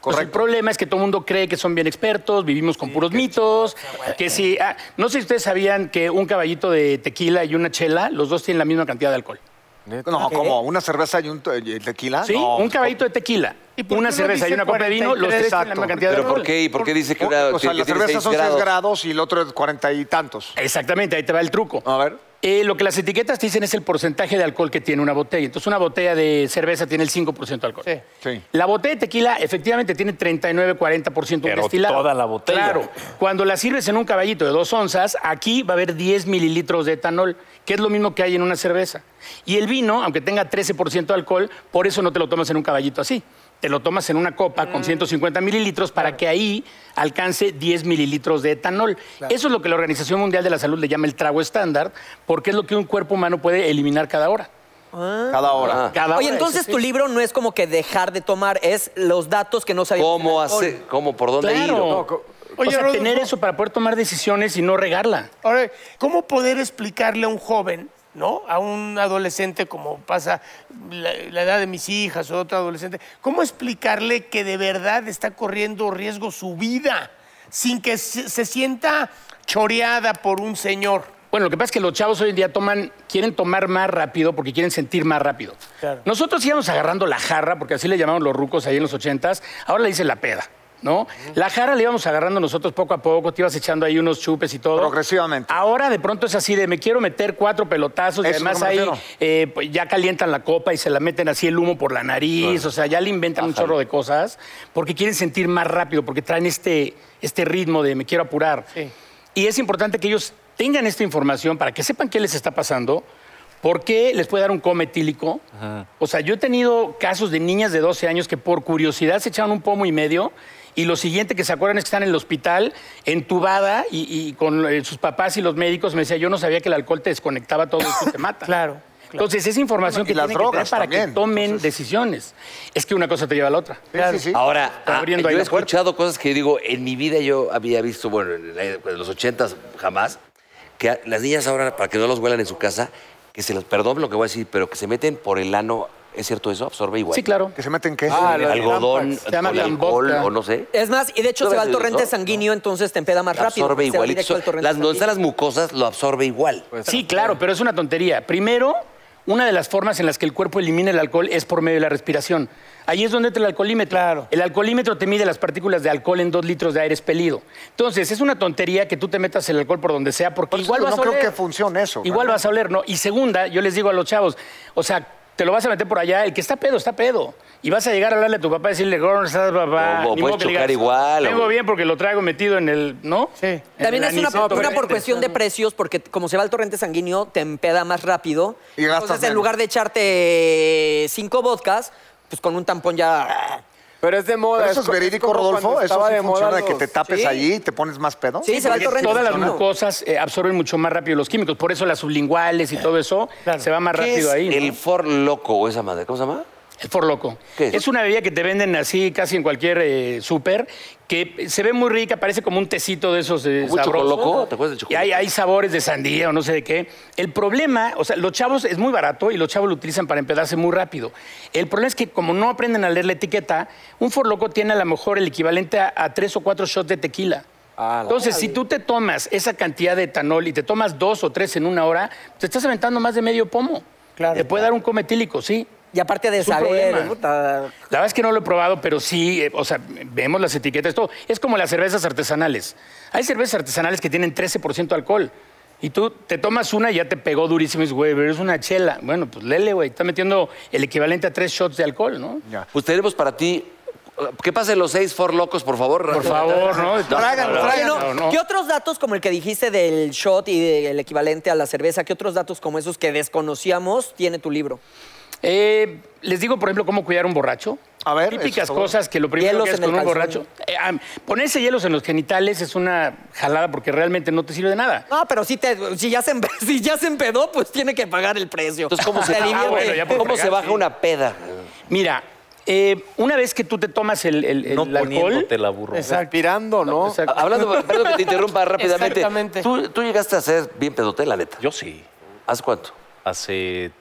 [SPEAKER 6] Correcto. el problema es que todo el mundo cree que son bien expertos, vivimos con puros mitos, que si... ah, no sé si ustedes sabían que un caballito de tequila y una chela, los dos tienen la misma cantidad de alcohol.
[SPEAKER 7] No, como una cerveza y un te- y tequila.
[SPEAKER 6] Sí,
[SPEAKER 7] No,
[SPEAKER 6] un caballito de tequila,
[SPEAKER 9] Ah, pues, ¿Y por qué
[SPEAKER 6] una
[SPEAKER 9] no
[SPEAKER 6] cerveza y
[SPEAKER 9] dice
[SPEAKER 6] una copa de vino, los tres tienen la
[SPEAKER 7] Exacto.
[SPEAKER 6] misma cantidad de
[SPEAKER 4] ¿Pero
[SPEAKER 6] alcohol.
[SPEAKER 4] por qué? ¿Y por qué dice que una
[SPEAKER 7] O sea,
[SPEAKER 4] que
[SPEAKER 7] la
[SPEAKER 4] tiene
[SPEAKER 7] cerveza
[SPEAKER 4] seis
[SPEAKER 7] son 6
[SPEAKER 4] grados?
[SPEAKER 7] grados y el otro es cuarenta y tantos.
[SPEAKER 6] Exactamente, ahí te va el truco.
[SPEAKER 7] A ver.
[SPEAKER 6] Eh, lo que las etiquetas te dicen es el porcentaje de alcohol que tiene una botella. Entonces, una botella de cerveza tiene el 5% de alcohol.
[SPEAKER 7] Sí.
[SPEAKER 6] La botella de tequila efectivamente tiene 39, 40% de
[SPEAKER 10] Pero
[SPEAKER 6] destilado.
[SPEAKER 10] toda la botella.
[SPEAKER 6] Claro. Cuando la sirves en un caballito de dos onzas, aquí va a haber 10 mililitros de etanol, que es lo mismo que hay en una cerveza. Y el vino, aunque tenga 13% de alcohol, por eso no te lo tomas en un caballito así. Te lo tomas en una copa
[SPEAKER 5] Mm.
[SPEAKER 6] con 150 mililitros para que ahí alcance 10 mililitros de etanol. Eso es lo que la Organización Mundial de la Salud le llama el trago estándar, porque es lo que un cuerpo humano puede eliminar cada hora.
[SPEAKER 7] Cada
[SPEAKER 4] Ah.
[SPEAKER 7] hora.
[SPEAKER 6] Cada
[SPEAKER 5] Oye,
[SPEAKER 6] hora,
[SPEAKER 5] entonces
[SPEAKER 6] eso sí.
[SPEAKER 5] tu libro no es como que dejar de tomar, es los datos que no sabíamos.
[SPEAKER 4] ¿Cómo
[SPEAKER 5] del alcohol.
[SPEAKER 4] hace? ¿Cómo? ¿Por dónde ir?
[SPEAKER 6] Claro.
[SPEAKER 9] Oye,
[SPEAKER 6] o sea,
[SPEAKER 9] Rodolfo.
[SPEAKER 6] tener eso para poder tomar decisiones y no regarla.
[SPEAKER 9] Ahora, ¿cómo poder explicarle a un joven, ¿no? A un adolescente, como pasa la, la edad de mis hijas o otro adolescente, ¿cómo explicarle que de verdad está corriendo riesgo su vida sin que se, se sienta choreada por un señor?
[SPEAKER 6] Bueno, lo que pasa es que los chavos hoy en día toman, quieren tomar más rápido porque quieren sentir más rápido.
[SPEAKER 9] Claro.
[SPEAKER 6] Nosotros íbamos agarrando la jarra, porque así le llamaban los rucos ahí en los ochentas, ahora le dicen la peda, ¿no? La jarra la íbamos agarrando nosotros poco a poco, te ibas echando ahí unos chupes y todo.
[SPEAKER 7] Progresivamente.
[SPEAKER 6] Ahora de pronto es así de me quiero meter cuatro pelotazos y
[SPEAKER 7] Eso es lo
[SPEAKER 6] además
[SPEAKER 7] que me
[SPEAKER 6] ahí
[SPEAKER 7] refiero.
[SPEAKER 6] eh, pues, ya calientan la copa y se la meten así el humo por la nariz, o sea, ya le inventan un chorro de cosas porque quieren sentir más rápido, porque traen este, este ritmo de me quiero apurar. Y es importante que ellos tengan esta información para que sepan qué les está pasando, por qué les puede dar un coma etílico. O sea, yo he tenido casos de niñas de 12 años que por curiosidad se echaron un pomo y medio y lo siguiente que se acuerdan es que están en el hospital, entubada y, y con eh, sus papás y los médicos. Me decía, yo no sabía que el alcohol te desconectaba todo y te mata.
[SPEAKER 9] Claro,
[SPEAKER 6] Entonces, esa información
[SPEAKER 7] Y
[SPEAKER 6] que
[SPEAKER 7] las
[SPEAKER 6] tienen que tener
[SPEAKER 7] drogas
[SPEAKER 6] para que
[SPEAKER 7] también,
[SPEAKER 6] tomen decisiones. Es que una cosa te lleva a la otra.
[SPEAKER 7] Sí, sí, sí.
[SPEAKER 4] Ahora,
[SPEAKER 6] Está
[SPEAKER 4] ah,
[SPEAKER 6] abriendo ahí
[SPEAKER 4] yo he
[SPEAKER 6] la puerta.
[SPEAKER 4] escuchado cosas que digo, en mi vida yo había visto, bueno, en, la- en los ochentas jamás, que a- las niñas ahora, para que no los huelan en su casa, que se los, perdón lo que voy a decir, pero que se meten por el ano, ¿es cierto eso? Absorbe igual.
[SPEAKER 6] Sí, claro.
[SPEAKER 7] ¿Que se meten qué?
[SPEAKER 3] Ah, lo de
[SPEAKER 4] Algodón,
[SPEAKER 3] Tampax.
[SPEAKER 6] Se llama
[SPEAKER 4] con alcohol,
[SPEAKER 6] Lamboca.
[SPEAKER 4] o no sé.
[SPEAKER 5] Es más, y de hecho se va al
[SPEAKER 4] ¿Todo es
[SPEAKER 5] torrente
[SPEAKER 4] eso?
[SPEAKER 5] sanguíneo, entonces te empeda más rápido.
[SPEAKER 4] absorbe
[SPEAKER 5] se va
[SPEAKER 4] igual.
[SPEAKER 5] directo al torrente
[SPEAKER 4] las, donde están
[SPEAKER 5] sanguíneo.
[SPEAKER 4] las mucosas lo absorbe igual.
[SPEAKER 6] Sí, claro, pero es una tontería. Primero, una de las formas en las que el cuerpo elimina el alcohol es por medio de la respiración. Ahí es donde entra el alcoholímetro.
[SPEAKER 9] Claro.
[SPEAKER 6] El alcoholímetro te mide las partículas de alcohol en dos litros de aire expelido. Entonces, es una tontería que tú te metas el alcohol por donde sea, porque
[SPEAKER 7] Por eso
[SPEAKER 6] igual
[SPEAKER 7] yo
[SPEAKER 6] vas
[SPEAKER 7] no
[SPEAKER 6] a
[SPEAKER 7] creo
[SPEAKER 6] oler.
[SPEAKER 7] que funcione eso,
[SPEAKER 6] Igual
[SPEAKER 7] ¿no?
[SPEAKER 6] vas a oler, ¿no? Y segunda, yo les digo a los chavos, o sea, te lo vas a meter por allá, el que está pedo, está pedo. Y vas a llegar a hablarle a tu papá y decirle, "Gordo, estás papá?
[SPEAKER 4] O- o
[SPEAKER 6] Ni
[SPEAKER 4] puedes
[SPEAKER 6] modo que le
[SPEAKER 4] chocar igual, o-
[SPEAKER 6] Vengo bien porque lo traigo metido en el, ¿no?
[SPEAKER 9] Sí.
[SPEAKER 6] En
[SPEAKER 5] También
[SPEAKER 6] el
[SPEAKER 5] es una,
[SPEAKER 6] anisito,
[SPEAKER 5] una por
[SPEAKER 6] perfecto.
[SPEAKER 5] cuestión de precios, porque como se va al torrente sanguíneo, te empeda más rápido.
[SPEAKER 7] Y gastas
[SPEAKER 5] Entonces, en
[SPEAKER 7] menos.
[SPEAKER 5] lugar de echarte cinco vodkas, pues con un tampón ya.
[SPEAKER 3] Pero es de moda.
[SPEAKER 7] Pero eso es
[SPEAKER 3] co-
[SPEAKER 7] verídico,
[SPEAKER 3] como cuando
[SPEAKER 7] Rodolfo. Eso
[SPEAKER 3] estaba
[SPEAKER 7] sí
[SPEAKER 3] de moda
[SPEAKER 7] funciona de que
[SPEAKER 3] los-
[SPEAKER 7] te tapes
[SPEAKER 5] sí.
[SPEAKER 7] allí y te pones más pedo.
[SPEAKER 5] Sí, se va al
[SPEAKER 6] Porque
[SPEAKER 5] torrente
[SPEAKER 6] todas las
[SPEAKER 5] sanguíneo.
[SPEAKER 6] mucosas eh, absorben mucho más rápido los químicos, por eso las sublinguales y todo eso se va más
[SPEAKER 4] ¿Qué
[SPEAKER 6] rápido
[SPEAKER 4] es
[SPEAKER 6] ahí. ¿no?
[SPEAKER 4] El for loco o esa madre, ¿cómo se llama?
[SPEAKER 6] El forloco.
[SPEAKER 4] ¿Qué es?
[SPEAKER 6] Es? una bebida que te venden así casi en cualquier eh, súper, que se ve muy rica, parece como un tecito de esos eh,
[SPEAKER 4] Como un
[SPEAKER 6] sabrosos.
[SPEAKER 4] chocoloco, ¿te acuerdas del chocoloco?
[SPEAKER 6] Y hay, hay sabores de sandía o no sé de qué. El problema, o sea, los chavos es muy barato y los chavos lo utilizan para empedarse muy rápido. El problema es que como no aprenden a leer la etiqueta, un forloco tiene a lo mejor el equivalente a, a tres o cuatro shots de tequila.
[SPEAKER 3] Ah, la
[SPEAKER 6] Entonces, si tú te tomas esa cantidad de etanol y te tomas dos o tres en una hora, te estás aventando más de medio pomo.
[SPEAKER 9] Claro.
[SPEAKER 6] Te puede dar un cometílico, sí.
[SPEAKER 5] Y aparte de
[SPEAKER 6] Es un
[SPEAKER 5] saber,
[SPEAKER 6] problema.
[SPEAKER 5] puta,
[SPEAKER 6] La verdad es que no lo he probado, pero sí, eh, o sea, vemos las etiquetas, todo. Es como las cervezas artesanales. Hay cervezas artesanales que tienen 13% alcohol. Y tú te tomas una y ya te pegó durísimo y dices, güey, pero es una chela. Bueno, pues lele, güey, está metiendo el equivalente a tres shots de alcohol, ¿no?
[SPEAKER 4] Pues tenemos para ti. ¿Qué pasen los seis for locos, por favor?
[SPEAKER 6] Por favor, ¿no?
[SPEAKER 7] tráiganlo,
[SPEAKER 5] Oye,
[SPEAKER 7] tráiganlo.
[SPEAKER 5] no,
[SPEAKER 6] no, no.
[SPEAKER 5] ¿Qué otros datos como el que dijiste del shot y del equivalente a la cerveza, qué otros datos como esos que desconocíamos tiene tu libro?
[SPEAKER 6] Eh, les digo, por ejemplo, cómo cuidar a un borracho.
[SPEAKER 7] A ver,
[SPEAKER 6] Típicas
[SPEAKER 7] eso, por favor.
[SPEAKER 6] cosas que lo primero
[SPEAKER 5] Hielos
[SPEAKER 6] que es
[SPEAKER 5] en el
[SPEAKER 6] con un
[SPEAKER 5] calzón.
[SPEAKER 6] borracho. Eh, ah, ponerse hielos en los genitales es una jalada porque realmente no te sirve de nada.
[SPEAKER 5] No, pero si, te, si, ya, se, empe- si ya se empedó, pues tiene que pagar el precio.
[SPEAKER 4] Entonces, ¿cómo se,
[SPEAKER 5] Te
[SPEAKER 4] Ah,
[SPEAKER 5] divierte.
[SPEAKER 6] bueno, ya puedo
[SPEAKER 4] ¿cómo se
[SPEAKER 6] fregar,
[SPEAKER 4] baja
[SPEAKER 6] sí.
[SPEAKER 4] una peda?
[SPEAKER 6] Mira, eh, una vez que tú te tomas el, el- el
[SPEAKER 10] No
[SPEAKER 6] alcohol,
[SPEAKER 10] poniéndote la Ah, burro.
[SPEAKER 3] Respirando, ¿no?
[SPEAKER 6] Exacto.
[SPEAKER 4] Hablando, perdón que te interrumpa rápidamente.
[SPEAKER 9] Exactamente.
[SPEAKER 4] Tú, tú llegaste a ser bien pedote, la neta.
[SPEAKER 10] Yo sí,
[SPEAKER 4] ¿Hace cuánto?
[SPEAKER 10] hace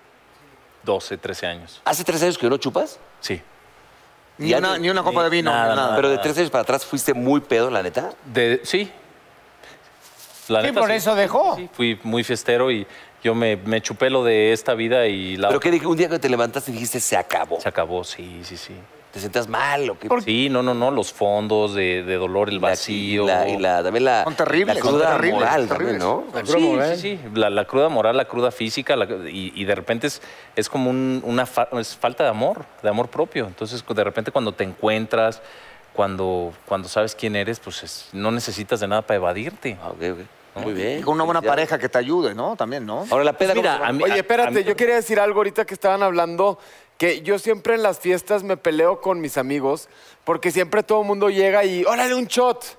[SPEAKER 10] 12, 13 años.
[SPEAKER 4] ¿Hace tres años que no chupas?
[SPEAKER 10] Sí.
[SPEAKER 7] Ni
[SPEAKER 4] Ya
[SPEAKER 7] una,
[SPEAKER 4] te-
[SPEAKER 7] ni una copa de vino,
[SPEAKER 10] nada,
[SPEAKER 7] nada.
[SPEAKER 10] nada.
[SPEAKER 4] Pero de tres años para atrás fuiste muy pedo, la neta.
[SPEAKER 10] De, sí. La
[SPEAKER 9] Sí,
[SPEAKER 10] neta,
[SPEAKER 9] por
[SPEAKER 10] sí.
[SPEAKER 9] eso dejó.
[SPEAKER 10] Sí, fui muy fiestero y yo me, me chupé lo de esta vida y la
[SPEAKER 4] Pero
[SPEAKER 10] otra
[SPEAKER 4] que un día que te levantaste y dijiste, se acabó.
[SPEAKER 10] se acabó. Sí, sí, sí.
[SPEAKER 4] ¿Te sentías mal o qué?
[SPEAKER 10] Sí, no, no, no. Los fondos de, de dolor, el
[SPEAKER 4] La-
[SPEAKER 10] vacío.
[SPEAKER 4] Y la, y la- también la,
[SPEAKER 7] Son terribles,
[SPEAKER 4] la
[SPEAKER 7] son
[SPEAKER 4] cruda
[SPEAKER 7] terribles,
[SPEAKER 4] moral
[SPEAKER 7] son
[SPEAKER 4] también, ¿no?
[SPEAKER 10] Sí, sí, sí. La, la cruda moral, la cruda física, la- y, y de repente es, es como un- una fa- es falta de amor, de amor propio. Entonces, de repente cuando te encuentras, cuando, cuando sabes quién eres, pues es- no necesitas de nada para evadirte.
[SPEAKER 4] Ah, ok, ok. Muy bien.
[SPEAKER 7] Y con una buena
[SPEAKER 4] Ya.
[SPEAKER 7] pareja que te ayude, ¿no? También, ¿no?
[SPEAKER 4] Ahora la peda,
[SPEAKER 10] Mira,
[SPEAKER 4] ¿cómo se va?
[SPEAKER 10] a mí-
[SPEAKER 3] Oye,
[SPEAKER 10] a- a
[SPEAKER 3] espérate,
[SPEAKER 10] mí-
[SPEAKER 3] yo quería decir algo ahorita que estaban hablando, que yo siempre en las fiestas me peleo con mis amigos, porque siempre todo el mundo llega y, órale, un shot.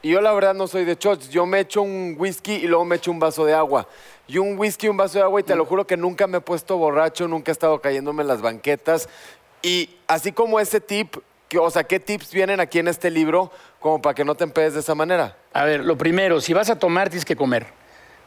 [SPEAKER 3] Y yo la verdad no soy de shots, yo me echo un whisky y luego me echo un vaso de agua. Y un whisky, un vaso de agua, y te lo juro que nunca me he puesto borracho, nunca he estado cayéndome en las banquetas. Y así como ese tip, que- o sea, ¿qué tips vienen aquí en este libro como para que no te empedes de esa manera?
[SPEAKER 6] a ver, lo primero, si vas a tomar, tienes que comer.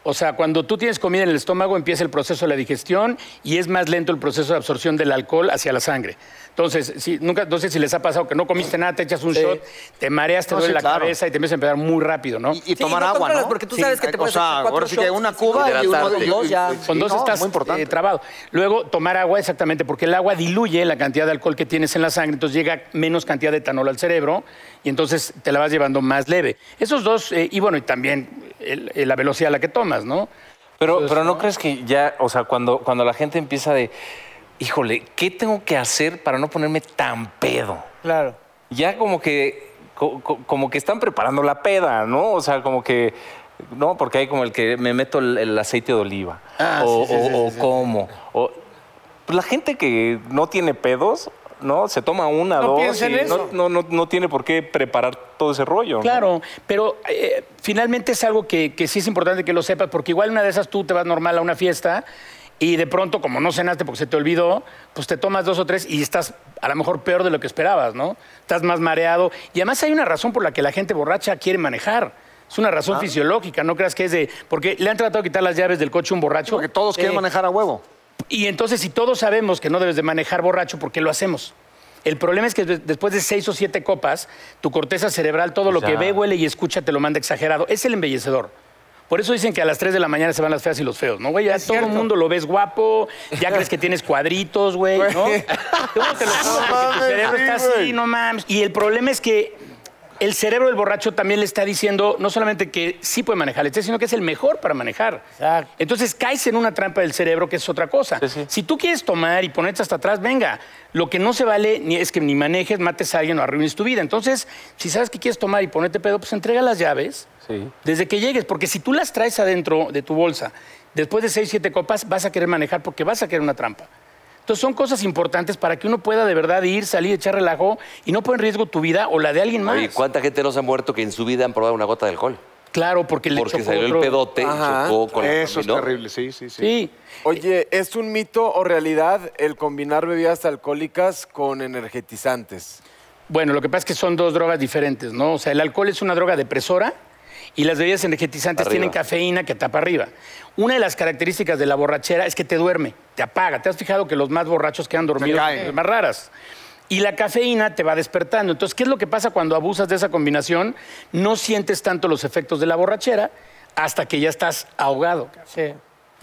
[SPEAKER 6] O sea, cuando tú tienes comida en el estómago, empieza el proceso de la digestión y es más lento el proceso de absorción del alcohol hacia la sangre. Entonces, si, nunca, no sé si les ha pasado que no comiste nada, te echas un shot, te mareas, te
[SPEAKER 7] No,
[SPEAKER 6] duele
[SPEAKER 7] sí,
[SPEAKER 6] la
[SPEAKER 7] claro.
[SPEAKER 6] cabeza y te empiezas a empezar muy rápido, ¿no?
[SPEAKER 7] Y, y
[SPEAKER 5] Sí,
[SPEAKER 7] tomar
[SPEAKER 5] no
[SPEAKER 7] agua,
[SPEAKER 5] controlas,
[SPEAKER 7] ¿no?
[SPEAKER 5] porque tú sabes que te puedes
[SPEAKER 7] O sea,
[SPEAKER 5] echar cuatro
[SPEAKER 7] ahora sí que
[SPEAKER 5] shots
[SPEAKER 7] una
[SPEAKER 5] y cinco
[SPEAKER 7] cuba y uno
[SPEAKER 5] hidratarte.
[SPEAKER 7] de
[SPEAKER 5] Dos ya.
[SPEAKER 6] Con dos estás
[SPEAKER 7] muy importante.
[SPEAKER 6] eh, trabado. Luego, tomar agua, exactamente, porque el agua diluye la cantidad de alcohol que tienes en la sangre, entonces llega menos cantidad de etanol al cerebro y entonces te la vas llevando más leve. Esos dos, eh, y bueno, y también el- el- la velocidad a la que tomas, ¿no?
[SPEAKER 10] Pero, pero ¿no crees que ya, o sea, cuando, cuando la gente empieza de, híjole, ¿qué tengo que hacer para no ponerme tan pedo?
[SPEAKER 9] Claro.
[SPEAKER 10] ya como que co- co- como que están preparando la peda, ¿no? O sea, como que no, porque hay como el que me meto el, el aceite de oliva
[SPEAKER 9] Ah,
[SPEAKER 10] o, o- o como o pues la gente que no tiene pedos, ¿no? Se toma una,
[SPEAKER 9] No
[SPEAKER 10] dos
[SPEAKER 9] piensa
[SPEAKER 10] y
[SPEAKER 9] en eso.
[SPEAKER 10] no, no, no- no tiene por qué preparar todo ese rollo. ¿no?
[SPEAKER 6] Claro, pero eh, finalmente es algo que, que sí es importante que lo sepas, porque igual una de esas tú te vas normal a una fiesta y de pronto, como no cenaste porque se te olvidó, pues te tomas dos o tres y estás a lo mejor peor de lo que esperabas, ¿no? Estás más mareado. Y además hay una razón por la que la gente borracha quiere manejar. Es una razón
[SPEAKER 7] Ah.
[SPEAKER 6] fisiológica, no creas que es de... Porque le han tratado de quitar las llaves del coche a un borracho.
[SPEAKER 7] Porque todos quieren
[SPEAKER 6] Eh,
[SPEAKER 7] manejar a huevo.
[SPEAKER 6] y entonces, si todos sabemos que no debes de manejar borracho, ¿por qué lo hacemos? El problema es que de- después de seis o siete copas, tu corteza cerebral, todo lo
[SPEAKER 10] Ya.
[SPEAKER 6] que ve, huele y escucha, te lo manda exagerado. Es el embellecedor. Por eso dicen que a las 3 de la mañana se van las feas y los feos, ¿no, güey? Ya todo el mundo lo ves guapo, ya crees que tienes cuadritos, güey, ¿no? ¿Cómo te lo juro? Porque tu cerebro está así, no mames. Y el problema es que el cerebro del borracho también le está diciendo no solamente que sí puede manejar, etcétera, sino que es el mejor para manejar.
[SPEAKER 9] Exacto.
[SPEAKER 6] Entonces caes en una trampa del cerebro que es otra cosa. Si tú quieres tomar y ponerte hasta atrás, venga. Lo que no se vale ni es que ni manejes, mates a alguien o arruines tu vida. Entonces, si sabes que quieres tomar y ponerte pedo, pues entrega las llaves
[SPEAKER 10] Sí.
[SPEAKER 6] desde que llegues. Porque si tú las traes adentro de tu bolsa, después de seis, siete copas, vas a querer manejar porque vas a querer una trampa. Entonces son cosas importantes para que uno pueda de verdad ir, salir, echar relajo y no poner en riesgo tu vida o la de alguien más.
[SPEAKER 4] Oye, ¿cuánta gente no se ha muerto que en su vida han probado una gota de alcohol?
[SPEAKER 6] Claro, porque le
[SPEAKER 4] Porque
[SPEAKER 6] chocó
[SPEAKER 4] salió el
[SPEAKER 6] otro-
[SPEAKER 4] pedote y
[SPEAKER 3] Ajá.
[SPEAKER 4] chocó con la
[SPEAKER 7] Eso es
[SPEAKER 4] ¿no?
[SPEAKER 7] terrible, sí, sí, sí.
[SPEAKER 6] Sí.
[SPEAKER 3] Oye, ¿es un mito o realidad el combinar bebidas alcohólicas con energetizantes?
[SPEAKER 6] Bueno, lo que pasa es que son dos drogas diferentes, ¿no? O sea, el alcohol es una droga depresora y las bebidas energetizantes
[SPEAKER 4] Arriba.
[SPEAKER 6] tienen cafeína que tapa arriba. Una de las características de la borrachera es que te duerme, te apaga. ¿Te has fijado que los más borrachos quedan dormidos?
[SPEAKER 7] caen.
[SPEAKER 6] Las más raras. Y la cafeína te va despertando. Entonces, ¿qué es lo que pasa cuando abusas de esa combinación? No sientes tanto los efectos de la borrachera hasta que ya estás ahogado.
[SPEAKER 9] Sí.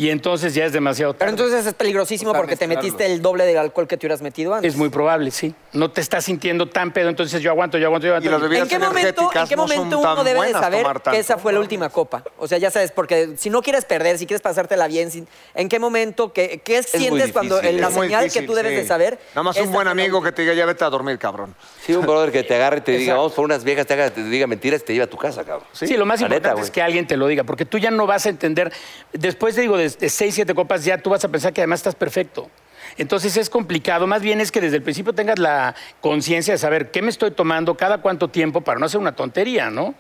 [SPEAKER 6] Y entonces ya es demasiado tarde.
[SPEAKER 5] Pero entonces es peligrosísimo porque te metiste el doble del alcohol que te hubieras metido antes.
[SPEAKER 6] Es muy probable, sí. No te estás sintiendo tan pedo, entonces yo aguanto, yo aguanto, yo aguanto.
[SPEAKER 7] Y las bebidas-
[SPEAKER 5] ¿En qué momento, ¿en
[SPEAKER 7] energéticas
[SPEAKER 5] qué
[SPEAKER 7] no son
[SPEAKER 5] momento uno
[SPEAKER 7] tan
[SPEAKER 5] debe de
[SPEAKER 7] buenas
[SPEAKER 5] saber
[SPEAKER 7] tomar
[SPEAKER 5] que
[SPEAKER 7] tanto?
[SPEAKER 5] esa fue la última copa? O sea, ya sabes, porque si no quieres perder, si quieres pasártela bien, si- ¿en qué momento, qué, qué sientes
[SPEAKER 4] difícil,
[SPEAKER 5] cuando el- la
[SPEAKER 7] Es muy
[SPEAKER 5] señal
[SPEAKER 7] difícil,
[SPEAKER 5] que tú debes
[SPEAKER 7] sí.
[SPEAKER 5] de saber?
[SPEAKER 7] Nada más un
[SPEAKER 5] esta
[SPEAKER 7] buen
[SPEAKER 5] fue la
[SPEAKER 7] amigo
[SPEAKER 5] última?
[SPEAKER 7] que te diga, ya vete a dormir, cabrón.
[SPEAKER 4] Sí, un brother que te agarre y te diga, vamos por unas viejas, te, haga, te diga mentiras y te lleva a tu casa, cabrón.
[SPEAKER 6] Sí, lo más
[SPEAKER 4] La neta,
[SPEAKER 6] importante
[SPEAKER 4] güey.
[SPEAKER 6] es que alguien te lo diga, porque tú ya no vas a entender. Después, te digo, de, de seis, siete copas, ya tú vas a pensar que además estás perfecto. Entonces es complicado, más bien es que desde el principio tengas la conciencia de saber qué me estoy tomando, cada cuánto tiempo, para no hacer una tontería, ¿no?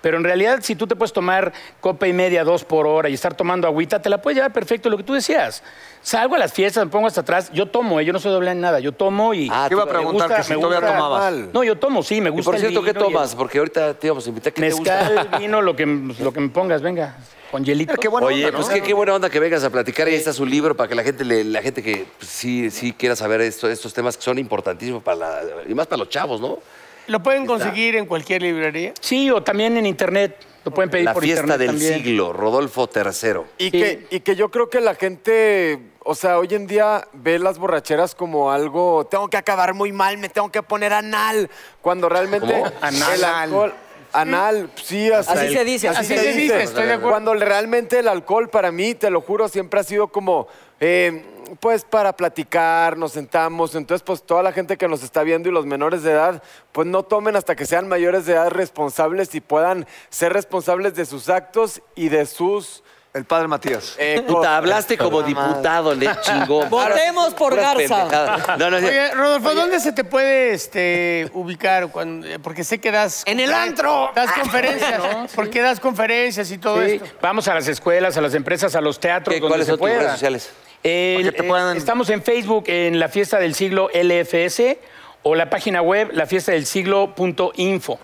[SPEAKER 6] Pero en realidad, si tú te puedes tomar copa y media, dos por hora y estar tomando agüita, te la puedes llevar perfecto, lo que tú decías. Salgo a las fiestas, me pongo hasta atrás, yo tomo, eh, yo no soy doble en nada, yo tomo y...
[SPEAKER 4] Ah, te iba a
[SPEAKER 6] me
[SPEAKER 7] preguntar que si todavía tomabas.
[SPEAKER 6] mal. No, yo tomo, sí, me
[SPEAKER 4] Y
[SPEAKER 6] gusta
[SPEAKER 4] por
[SPEAKER 6] el
[SPEAKER 4] cierto, ¿qué
[SPEAKER 6] vino y el-
[SPEAKER 4] tomas? Porque ahorita te íbamos a invitar. ¿Qué te gusta?
[SPEAKER 6] Mezcal, vino, lo que, lo que me pongas, venga. Con hielito.
[SPEAKER 7] Pero qué buena
[SPEAKER 4] Oye,
[SPEAKER 7] onda, ¿no?
[SPEAKER 4] pues qué, qué buena onda que vengas a platicar. Ahí está su libro para que la gente, le- la gente que pues, sí, sí quiera saber esto- estos temas que son importantísimos para la, y más para los chavos, ¿no?
[SPEAKER 9] ¿Lo pueden conseguir en cualquier librería?
[SPEAKER 6] Sí, o también en internet. Lo pueden pedir
[SPEAKER 4] La
[SPEAKER 6] por
[SPEAKER 4] fiesta
[SPEAKER 6] internet
[SPEAKER 4] del
[SPEAKER 6] también.
[SPEAKER 4] siglo, Rodolfo III.
[SPEAKER 3] Y, que, y que yo creo que la gente, o sea, hoy en día ve las borracheras como algo, tengo que acabar muy mal, me tengo que poner anal, cuando realmente
[SPEAKER 4] ¿Cómo?
[SPEAKER 3] el alcohol... Anal, sí, hasta
[SPEAKER 5] Así
[SPEAKER 3] el-
[SPEAKER 5] se dice, así se
[SPEAKER 9] dice, estoy de acuerdo.
[SPEAKER 3] Cuando realmente el alcohol para mí, te lo juro, siempre ha sido como, eh, pues para platicar, nos sentamos, entonces pues toda la gente que nos está viendo y los menores de edad, pues no tomen hasta que sean mayores de edad responsables y puedan ser responsables de sus actos y de sus...
[SPEAKER 7] El padre Matías.
[SPEAKER 3] Eh, co-
[SPEAKER 4] Puta, hablaste como diputado, le chingó.
[SPEAKER 5] Votemos por
[SPEAKER 4] Puras
[SPEAKER 5] Garza.
[SPEAKER 4] pendejadas. No, no, sí.
[SPEAKER 9] Oye, Rodolfo, ¿dónde se te puede este, ubicar? cuando- eh, porque sé que das...
[SPEAKER 5] ¡En el antro!
[SPEAKER 9] Das conferencias. ¿Por qué das conferencias y todo
[SPEAKER 6] Ah, Sí,
[SPEAKER 9] esto?
[SPEAKER 6] vamos a las escuelas, a las empresas, a los teatros,
[SPEAKER 4] ¿Qué-
[SPEAKER 6] donde
[SPEAKER 4] ¿Cuáles
[SPEAKER 6] se
[SPEAKER 4] son tus
[SPEAKER 6] pueda.
[SPEAKER 4] redes sociales?
[SPEAKER 6] El,
[SPEAKER 7] Para que te
[SPEAKER 6] eh,
[SPEAKER 7] puedan-
[SPEAKER 6] Estamos en Facebook en la fiesta del siglo LFS o la página web la fiesta del siglo.info.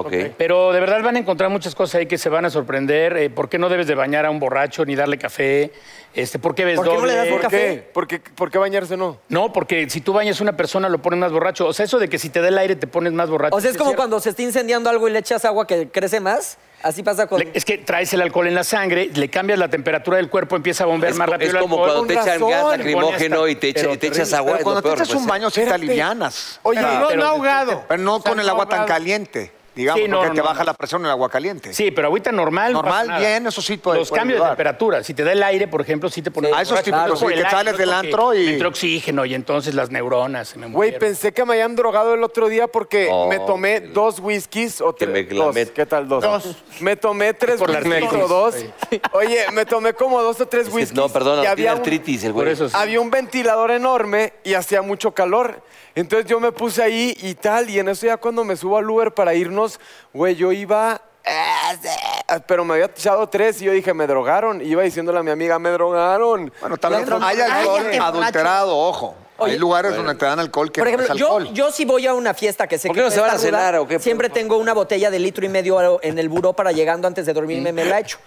[SPEAKER 4] Ok.
[SPEAKER 6] Pero de verdad van a encontrar muchas cosas ahí que se van a sorprender. eh, ¿Por qué no debes de bañar a un borracho ni darle café? Este, ¿Por qué ves
[SPEAKER 3] ¿Por qué no le das
[SPEAKER 6] doble?
[SPEAKER 3] un café? ¿Por qué, por qué bañarse no?
[SPEAKER 6] No, porque si tú bañas a una persona lo pones más borracho. O sea, eso de que si te da el aire te pones más borracho.
[SPEAKER 5] O sea, es como
[SPEAKER 6] cierto.
[SPEAKER 5] cuando se está incendiando algo y le echas agua que crece más. Así pasa con...
[SPEAKER 6] Le- Es que traes el alcohol en la sangre, le cambias la temperatura del cuerpo, empieza a bombear
[SPEAKER 4] Es,
[SPEAKER 6] más
[SPEAKER 4] co-
[SPEAKER 6] rápido
[SPEAKER 4] es
[SPEAKER 6] el
[SPEAKER 4] como
[SPEAKER 6] alcohol.
[SPEAKER 4] cuando te
[SPEAKER 3] Con
[SPEAKER 4] echan gas
[SPEAKER 3] razón.
[SPEAKER 4] lacrimógeno y te, echa-
[SPEAKER 6] Pero
[SPEAKER 4] y te echas
[SPEAKER 6] terrible.
[SPEAKER 4] agua.
[SPEAKER 7] Pero
[SPEAKER 4] es
[SPEAKER 7] cuando
[SPEAKER 4] lo peor,
[SPEAKER 7] te echas un
[SPEAKER 4] pues.
[SPEAKER 7] baño, sí te alivianas.
[SPEAKER 3] Oye,
[SPEAKER 9] Pero no,
[SPEAKER 6] Ah, pero-
[SPEAKER 9] no ahogado.
[SPEAKER 7] Pero no
[SPEAKER 9] O sea,
[SPEAKER 7] con el agua tan
[SPEAKER 9] ahogado.
[SPEAKER 7] caliente, digamos,
[SPEAKER 6] Sí, no,
[SPEAKER 7] porque te
[SPEAKER 6] no,
[SPEAKER 7] baja
[SPEAKER 6] no.
[SPEAKER 7] la presión en el agua caliente.
[SPEAKER 6] Sí, pero ahorita normal. no
[SPEAKER 7] Normal,
[SPEAKER 6] pasa nada.
[SPEAKER 7] bien, eso sí puede-
[SPEAKER 6] Los
[SPEAKER 7] puede
[SPEAKER 6] cambios
[SPEAKER 7] ayudar.
[SPEAKER 6] de temperatura, si te da el aire, por ejemplo, sí te pones.
[SPEAKER 7] A esos
[SPEAKER 6] borracho.
[SPEAKER 7] tipos,
[SPEAKER 6] Por
[SPEAKER 7] sí,
[SPEAKER 6] el
[SPEAKER 7] que
[SPEAKER 6] aire,
[SPEAKER 7] sales
[SPEAKER 6] no
[SPEAKER 7] del
[SPEAKER 6] porque
[SPEAKER 7] antro y-
[SPEAKER 6] me entró oxígeno y entonces las neuronas se me
[SPEAKER 3] Güey,
[SPEAKER 6] murieron.
[SPEAKER 3] pensé que me habían drogado el otro día porque
[SPEAKER 4] Oh,
[SPEAKER 3] me tomé
[SPEAKER 4] el-
[SPEAKER 3] dos whiskies o
[SPEAKER 4] que
[SPEAKER 3] tres.
[SPEAKER 4] me
[SPEAKER 3] dos.
[SPEAKER 4] clamet-
[SPEAKER 3] ¿Qué tal dos?
[SPEAKER 9] Dos.
[SPEAKER 3] Me tomé tres
[SPEAKER 6] Por la
[SPEAKER 3] whiskies
[SPEAKER 6] artritis.
[SPEAKER 3] o dos. Oye, me tomé como dos o tres
[SPEAKER 4] Es que-
[SPEAKER 3] whiskies.
[SPEAKER 4] no,
[SPEAKER 3] y
[SPEAKER 4] perdona, tiene
[SPEAKER 3] había un-
[SPEAKER 4] artritis el güey.
[SPEAKER 6] Por eso sí.
[SPEAKER 3] Había un ventilador enorme y hacía mucho calor. Entonces yo me puse ahí y tal, y en eso ya cuando me subo al Uber para irnos, güey, yo iba... "Ah, sí", Pero me había echado tres y yo dije, me drogaron. Y iba diciéndole a mi amiga, me drogaron.
[SPEAKER 7] Bueno, también
[SPEAKER 5] Claro,
[SPEAKER 7] hay
[SPEAKER 5] claro.
[SPEAKER 7] alcohol
[SPEAKER 5] Ay, ya te
[SPEAKER 7] adulterado, ojo.
[SPEAKER 5] Oye,
[SPEAKER 7] hay lugares donde te dan alcohol que
[SPEAKER 5] Por
[SPEAKER 7] no
[SPEAKER 5] ejemplo,
[SPEAKER 7] es
[SPEAKER 5] yo,
[SPEAKER 7] alcohol.
[SPEAKER 5] yo si voy a una fiesta que sé
[SPEAKER 4] ¿Por
[SPEAKER 5] que
[SPEAKER 4] qué no se van a
[SPEAKER 5] está ruda,
[SPEAKER 4] cenar o qué?
[SPEAKER 5] siempre tengo una botella de litro y medio en el buró para llegando antes de dormirme me
[SPEAKER 7] Mm.
[SPEAKER 5] la echo.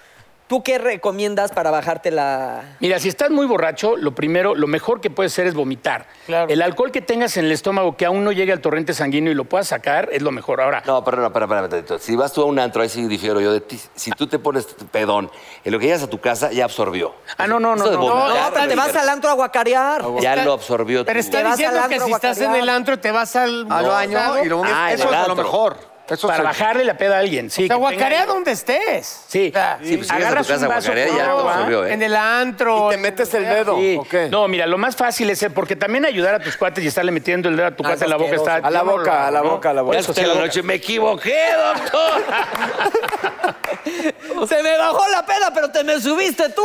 [SPEAKER 5] ¿Tú qué recomiendas para bajarte la...?
[SPEAKER 6] Mira, si estás muy borracho, lo primero, lo mejor que puedes hacer es vomitar.
[SPEAKER 9] Claro.
[SPEAKER 6] El alcohol que tengas en el estómago que aún no llegue al torrente sanguíneo y lo puedas sacar es lo mejor. Ahora,
[SPEAKER 4] No, perdona, para, para, tantito. Si vas tú a un antro, ahí sí difiero yo de ti. Si tú te pones pedón, en lo que llegas a tu casa ya absorbió.
[SPEAKER 6] Ah, no, no, no,
[SPEAKER 4] Esto de
[SPEAKER 6] no.
[SPEAKER 4] vomitar,
[SPEAKER 5] No, pero
[SPEAKER 9] pues,
[SPEAKER 5] te vas al antro a guacarear.
[SPEAKER 4] Ya lo absorbió
[SPEAKER 9] Pero
[SPEAKER 4] tú.
[SPEAKER 9] está
[SPEAKER 5] Te vas
[SPEAKER 9] diciendo
[SPEAKER 5] al
[SPEAKER 9] que
[SPEAKER 5] antro
[SPEAKER 9] si
[SPEAKER 5] a
[SPEAKER 9] estás en
[SPEAKER 5] guacarear.
[SPEAKER 9] el antro te vas al...
[SPEAKER 7] Al baño
[SPEAKER 9] ahogado.
[SPEAKER 7] y lo vomitas.
[SPEAKER 4] Ah, en
[SPEAKER 7] eso
[SPEAKER 4] el
[SPEAKER 7] es a lo
[SPEAKER 4] antro.
[SPEAKER 7] mejor. Eso
[SPEAKER 6] para
[SPEAKER 7] se-
[SPEAKER 6] bajarle la peda a alguien. Sí,
[SPEAKER 9] O sea,
[SPEAKER 6] que tenga-
[SPEAKER 9] guacarea donde estés.
[SPEAKER 6] Sí,
[SPEAKER 4] Sí, pues si llegas a
[SPEAKER 6] agarras
[SPEAKER 4] tu casa
[SPEAKER 6] un
[SPEAKER 4] a
[SPEAKER 6] vaso
[SPEAKER 4] guacarear,
[SPEAKER 6] con
[SPEAKER 4] ya te
[SPEAKER 6] agua,
[SPEAKER 4] absorbió, ¿eh?
[SPEAKER 9] En el antro.
[SPEAKER 3] Y te metes el dedo.
[SPEAKER 6] Sí.
[SPEAKER 3] ¿o qué?
[SPEAKER 6] No, mira, lo más fácil es, eh, porque también ayudar a tus cuates y estarle metiendo el dedo a tu cuate en la boca está...
[SPEAKER 3] A la
[SPEAKER 6] yo no lo
[SPEAKER 3] boca,
[SPEAKER 6] hago,
[SPEAKER 3] a la
[SPEAKER 6] ¿no?
[SPEAKER 3] boca, a la boca.
[SPEAKER 4] Ya
[SPEAKER 6] Eso
[SPEAKER 4] está
[SPEAKER 6] sí,
[SPEAKER 4] la
[SPEAKER 6] boca.
[SPEAKER 4] noche, me equivoqué, doctor.
[SPEAKER 5] Se me bajó la peda, pero te me subiste tú.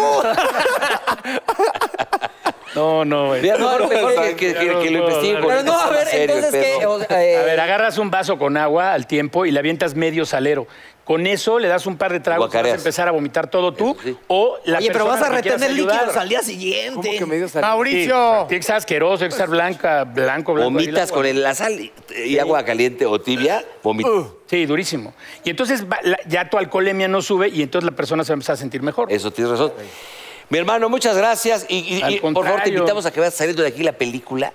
[SPEAKER 6] No, no, güey.
[SPEAKER 4] Mira, no,
[SPEAKER 5] No,
[SPEAKER 4] mejor
[SPEAKER 5] no,
[SPEAKER 4] que, que-
[SPEAKER 6] no,
[SPEAKER 4] que-
[SPEAKER 6] no,
[SPEAKER 4] que lo
[SPEAKER 6] no,
[SPEAKER 4] investiguen.
[SPEAKER 6] no,
[SPEAKER 4] porque
[SPEAKER 5] Pero no,
[SPEAKER 4] está
[SPEAKER 5] a ver,
[SPEAKER 4] serio el
[SPEAKER 5] entonces
[SPEAKER 4] pedo.
[SPEAKER 5] que... Eh,
[SPEAKER 6] A ver, agarras un vaso con agua al tiempo y le avientas medio salero. Con eso le das un par de tragos y vas a
[SPEAKER 4] Guacareas.
[SPEAKER 6] empezar a vomitar todo tú
[SPEAKER 4] Eso sí.
[SPEAKER 6] o la
[SPEAKER 5] Oye, pero
[SPEAKER 6] persona
[SPEAKER 5] vas a
[SPEAKER 6] que quieras
[SPEAKER 5] retener líquidos
[SPEAKER 6] ayudar.
[SPEAKER 5] al día
[SPEAKER 3] ¿Cómo
[SPEAKER 5] siguiente.
[SPEAKER 3] que me dio saliva?
[SPEAKER 6] Sí,
[SPEAKER 9] Mauricio.
[SPEAKER 6] tiene que estar asqueroso, tiene que estar blanca, blanco, blanco.
[SPEAKER 4] Vomitas con el- la sal y, y agua caliente o tibia, vomitas.
[SPEAKER 6] Sí, durísimo. Y entonces va- la- ya tu alcoholemia no sube y entonces la persona se va a empezar a sentir mejor.
[SPEAKER 4] Eso tienes razón. Mi hermano, muchas gracias. Y, y-
[SPEAKER 6] Al
[SPEAKER 4] y, por favor, te
[SPEAKER 6] contrario.
[SPEAKER 4] invitamos a que veas saliendo de aquí la película.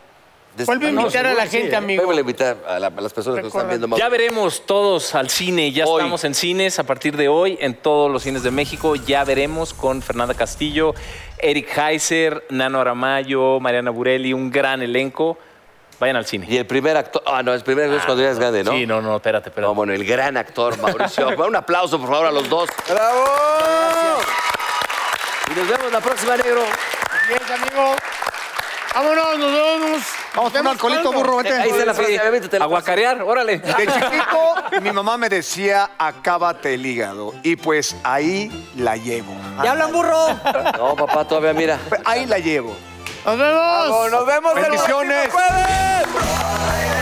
[SPEAKER 4] de
[SPEAKER 9] Vuelve a
[SPEAKER 4] esta-
[SPEAKER 9] invitar a la
[SPEAKER 6] seguro,
[SPEAKER 9] gente,
[SPEAKER 6] sí, ¿eh?
[SPEAKER 9] amigo.
[SPEAKER 4] Vuelve a invitar a, la- a las personas que nos están viendo. Mau.
[SPEAKER 10] Ya veremos todos al cine, ya
[SPEAKER 4] Hoy.
[SPEAKER 10] estamos en cines a partir de hoy, en todos los cines de México, ya veremos con Fernanda Castillo, Eric Heiser, Nano Aramayo, Mariana Burelli, un gran elenco. Vayan al cine.
[SPEAKER 4] Y el primer actor. Ah, no, el primer actor es cuando ya es grande, ¿no?
[SPEAKER 10] Sí, no, no, espérate, espérate.
[SPEAKER 4] No, bueno, el gran actor Mauricio. un aplauso, por favor, a los dos.
[SPEAKER 3] ¡Bravo!
[SPEAKER 4] Y nos vemos la próxima, negro.
[SPEAKER 9] Bien, amigo. Vámonos, nos vemos.
[SPEAKER 7] Vamos, un
[SPEAKER 9] Vemos
[SPEAKER 7] alcoholito
[SPEAKER 9] pronto.
[SPEAKER 7] burro, vete.
[SPEAKER 4] Ahí está la
[SPEAKER 10] Sí.
[SPEAKER 4] frase. aviéntatela.
[SPEAKER 10] A guacarear, órale.
[SPEAKER 7] De chiquito, mi mamá me decía, acábate el hígado. Y pues ahí la llevo.
[SPEAKER 5] ¡Ya hablan burro!
[SPEAKER 4] No, papá, todavía mira.
[SPEAKER 7] Ahí la llevo.
[SPEAKER 9] Nos vemos.
[SPEAKER 3] ¡Nos vemos el próximo
[SPEAKER 7] Bendiciones.
[SPEAKER 3] jueves!
[SPEAKER 2] Al aire,
[SPEAKER 10] oh, oh,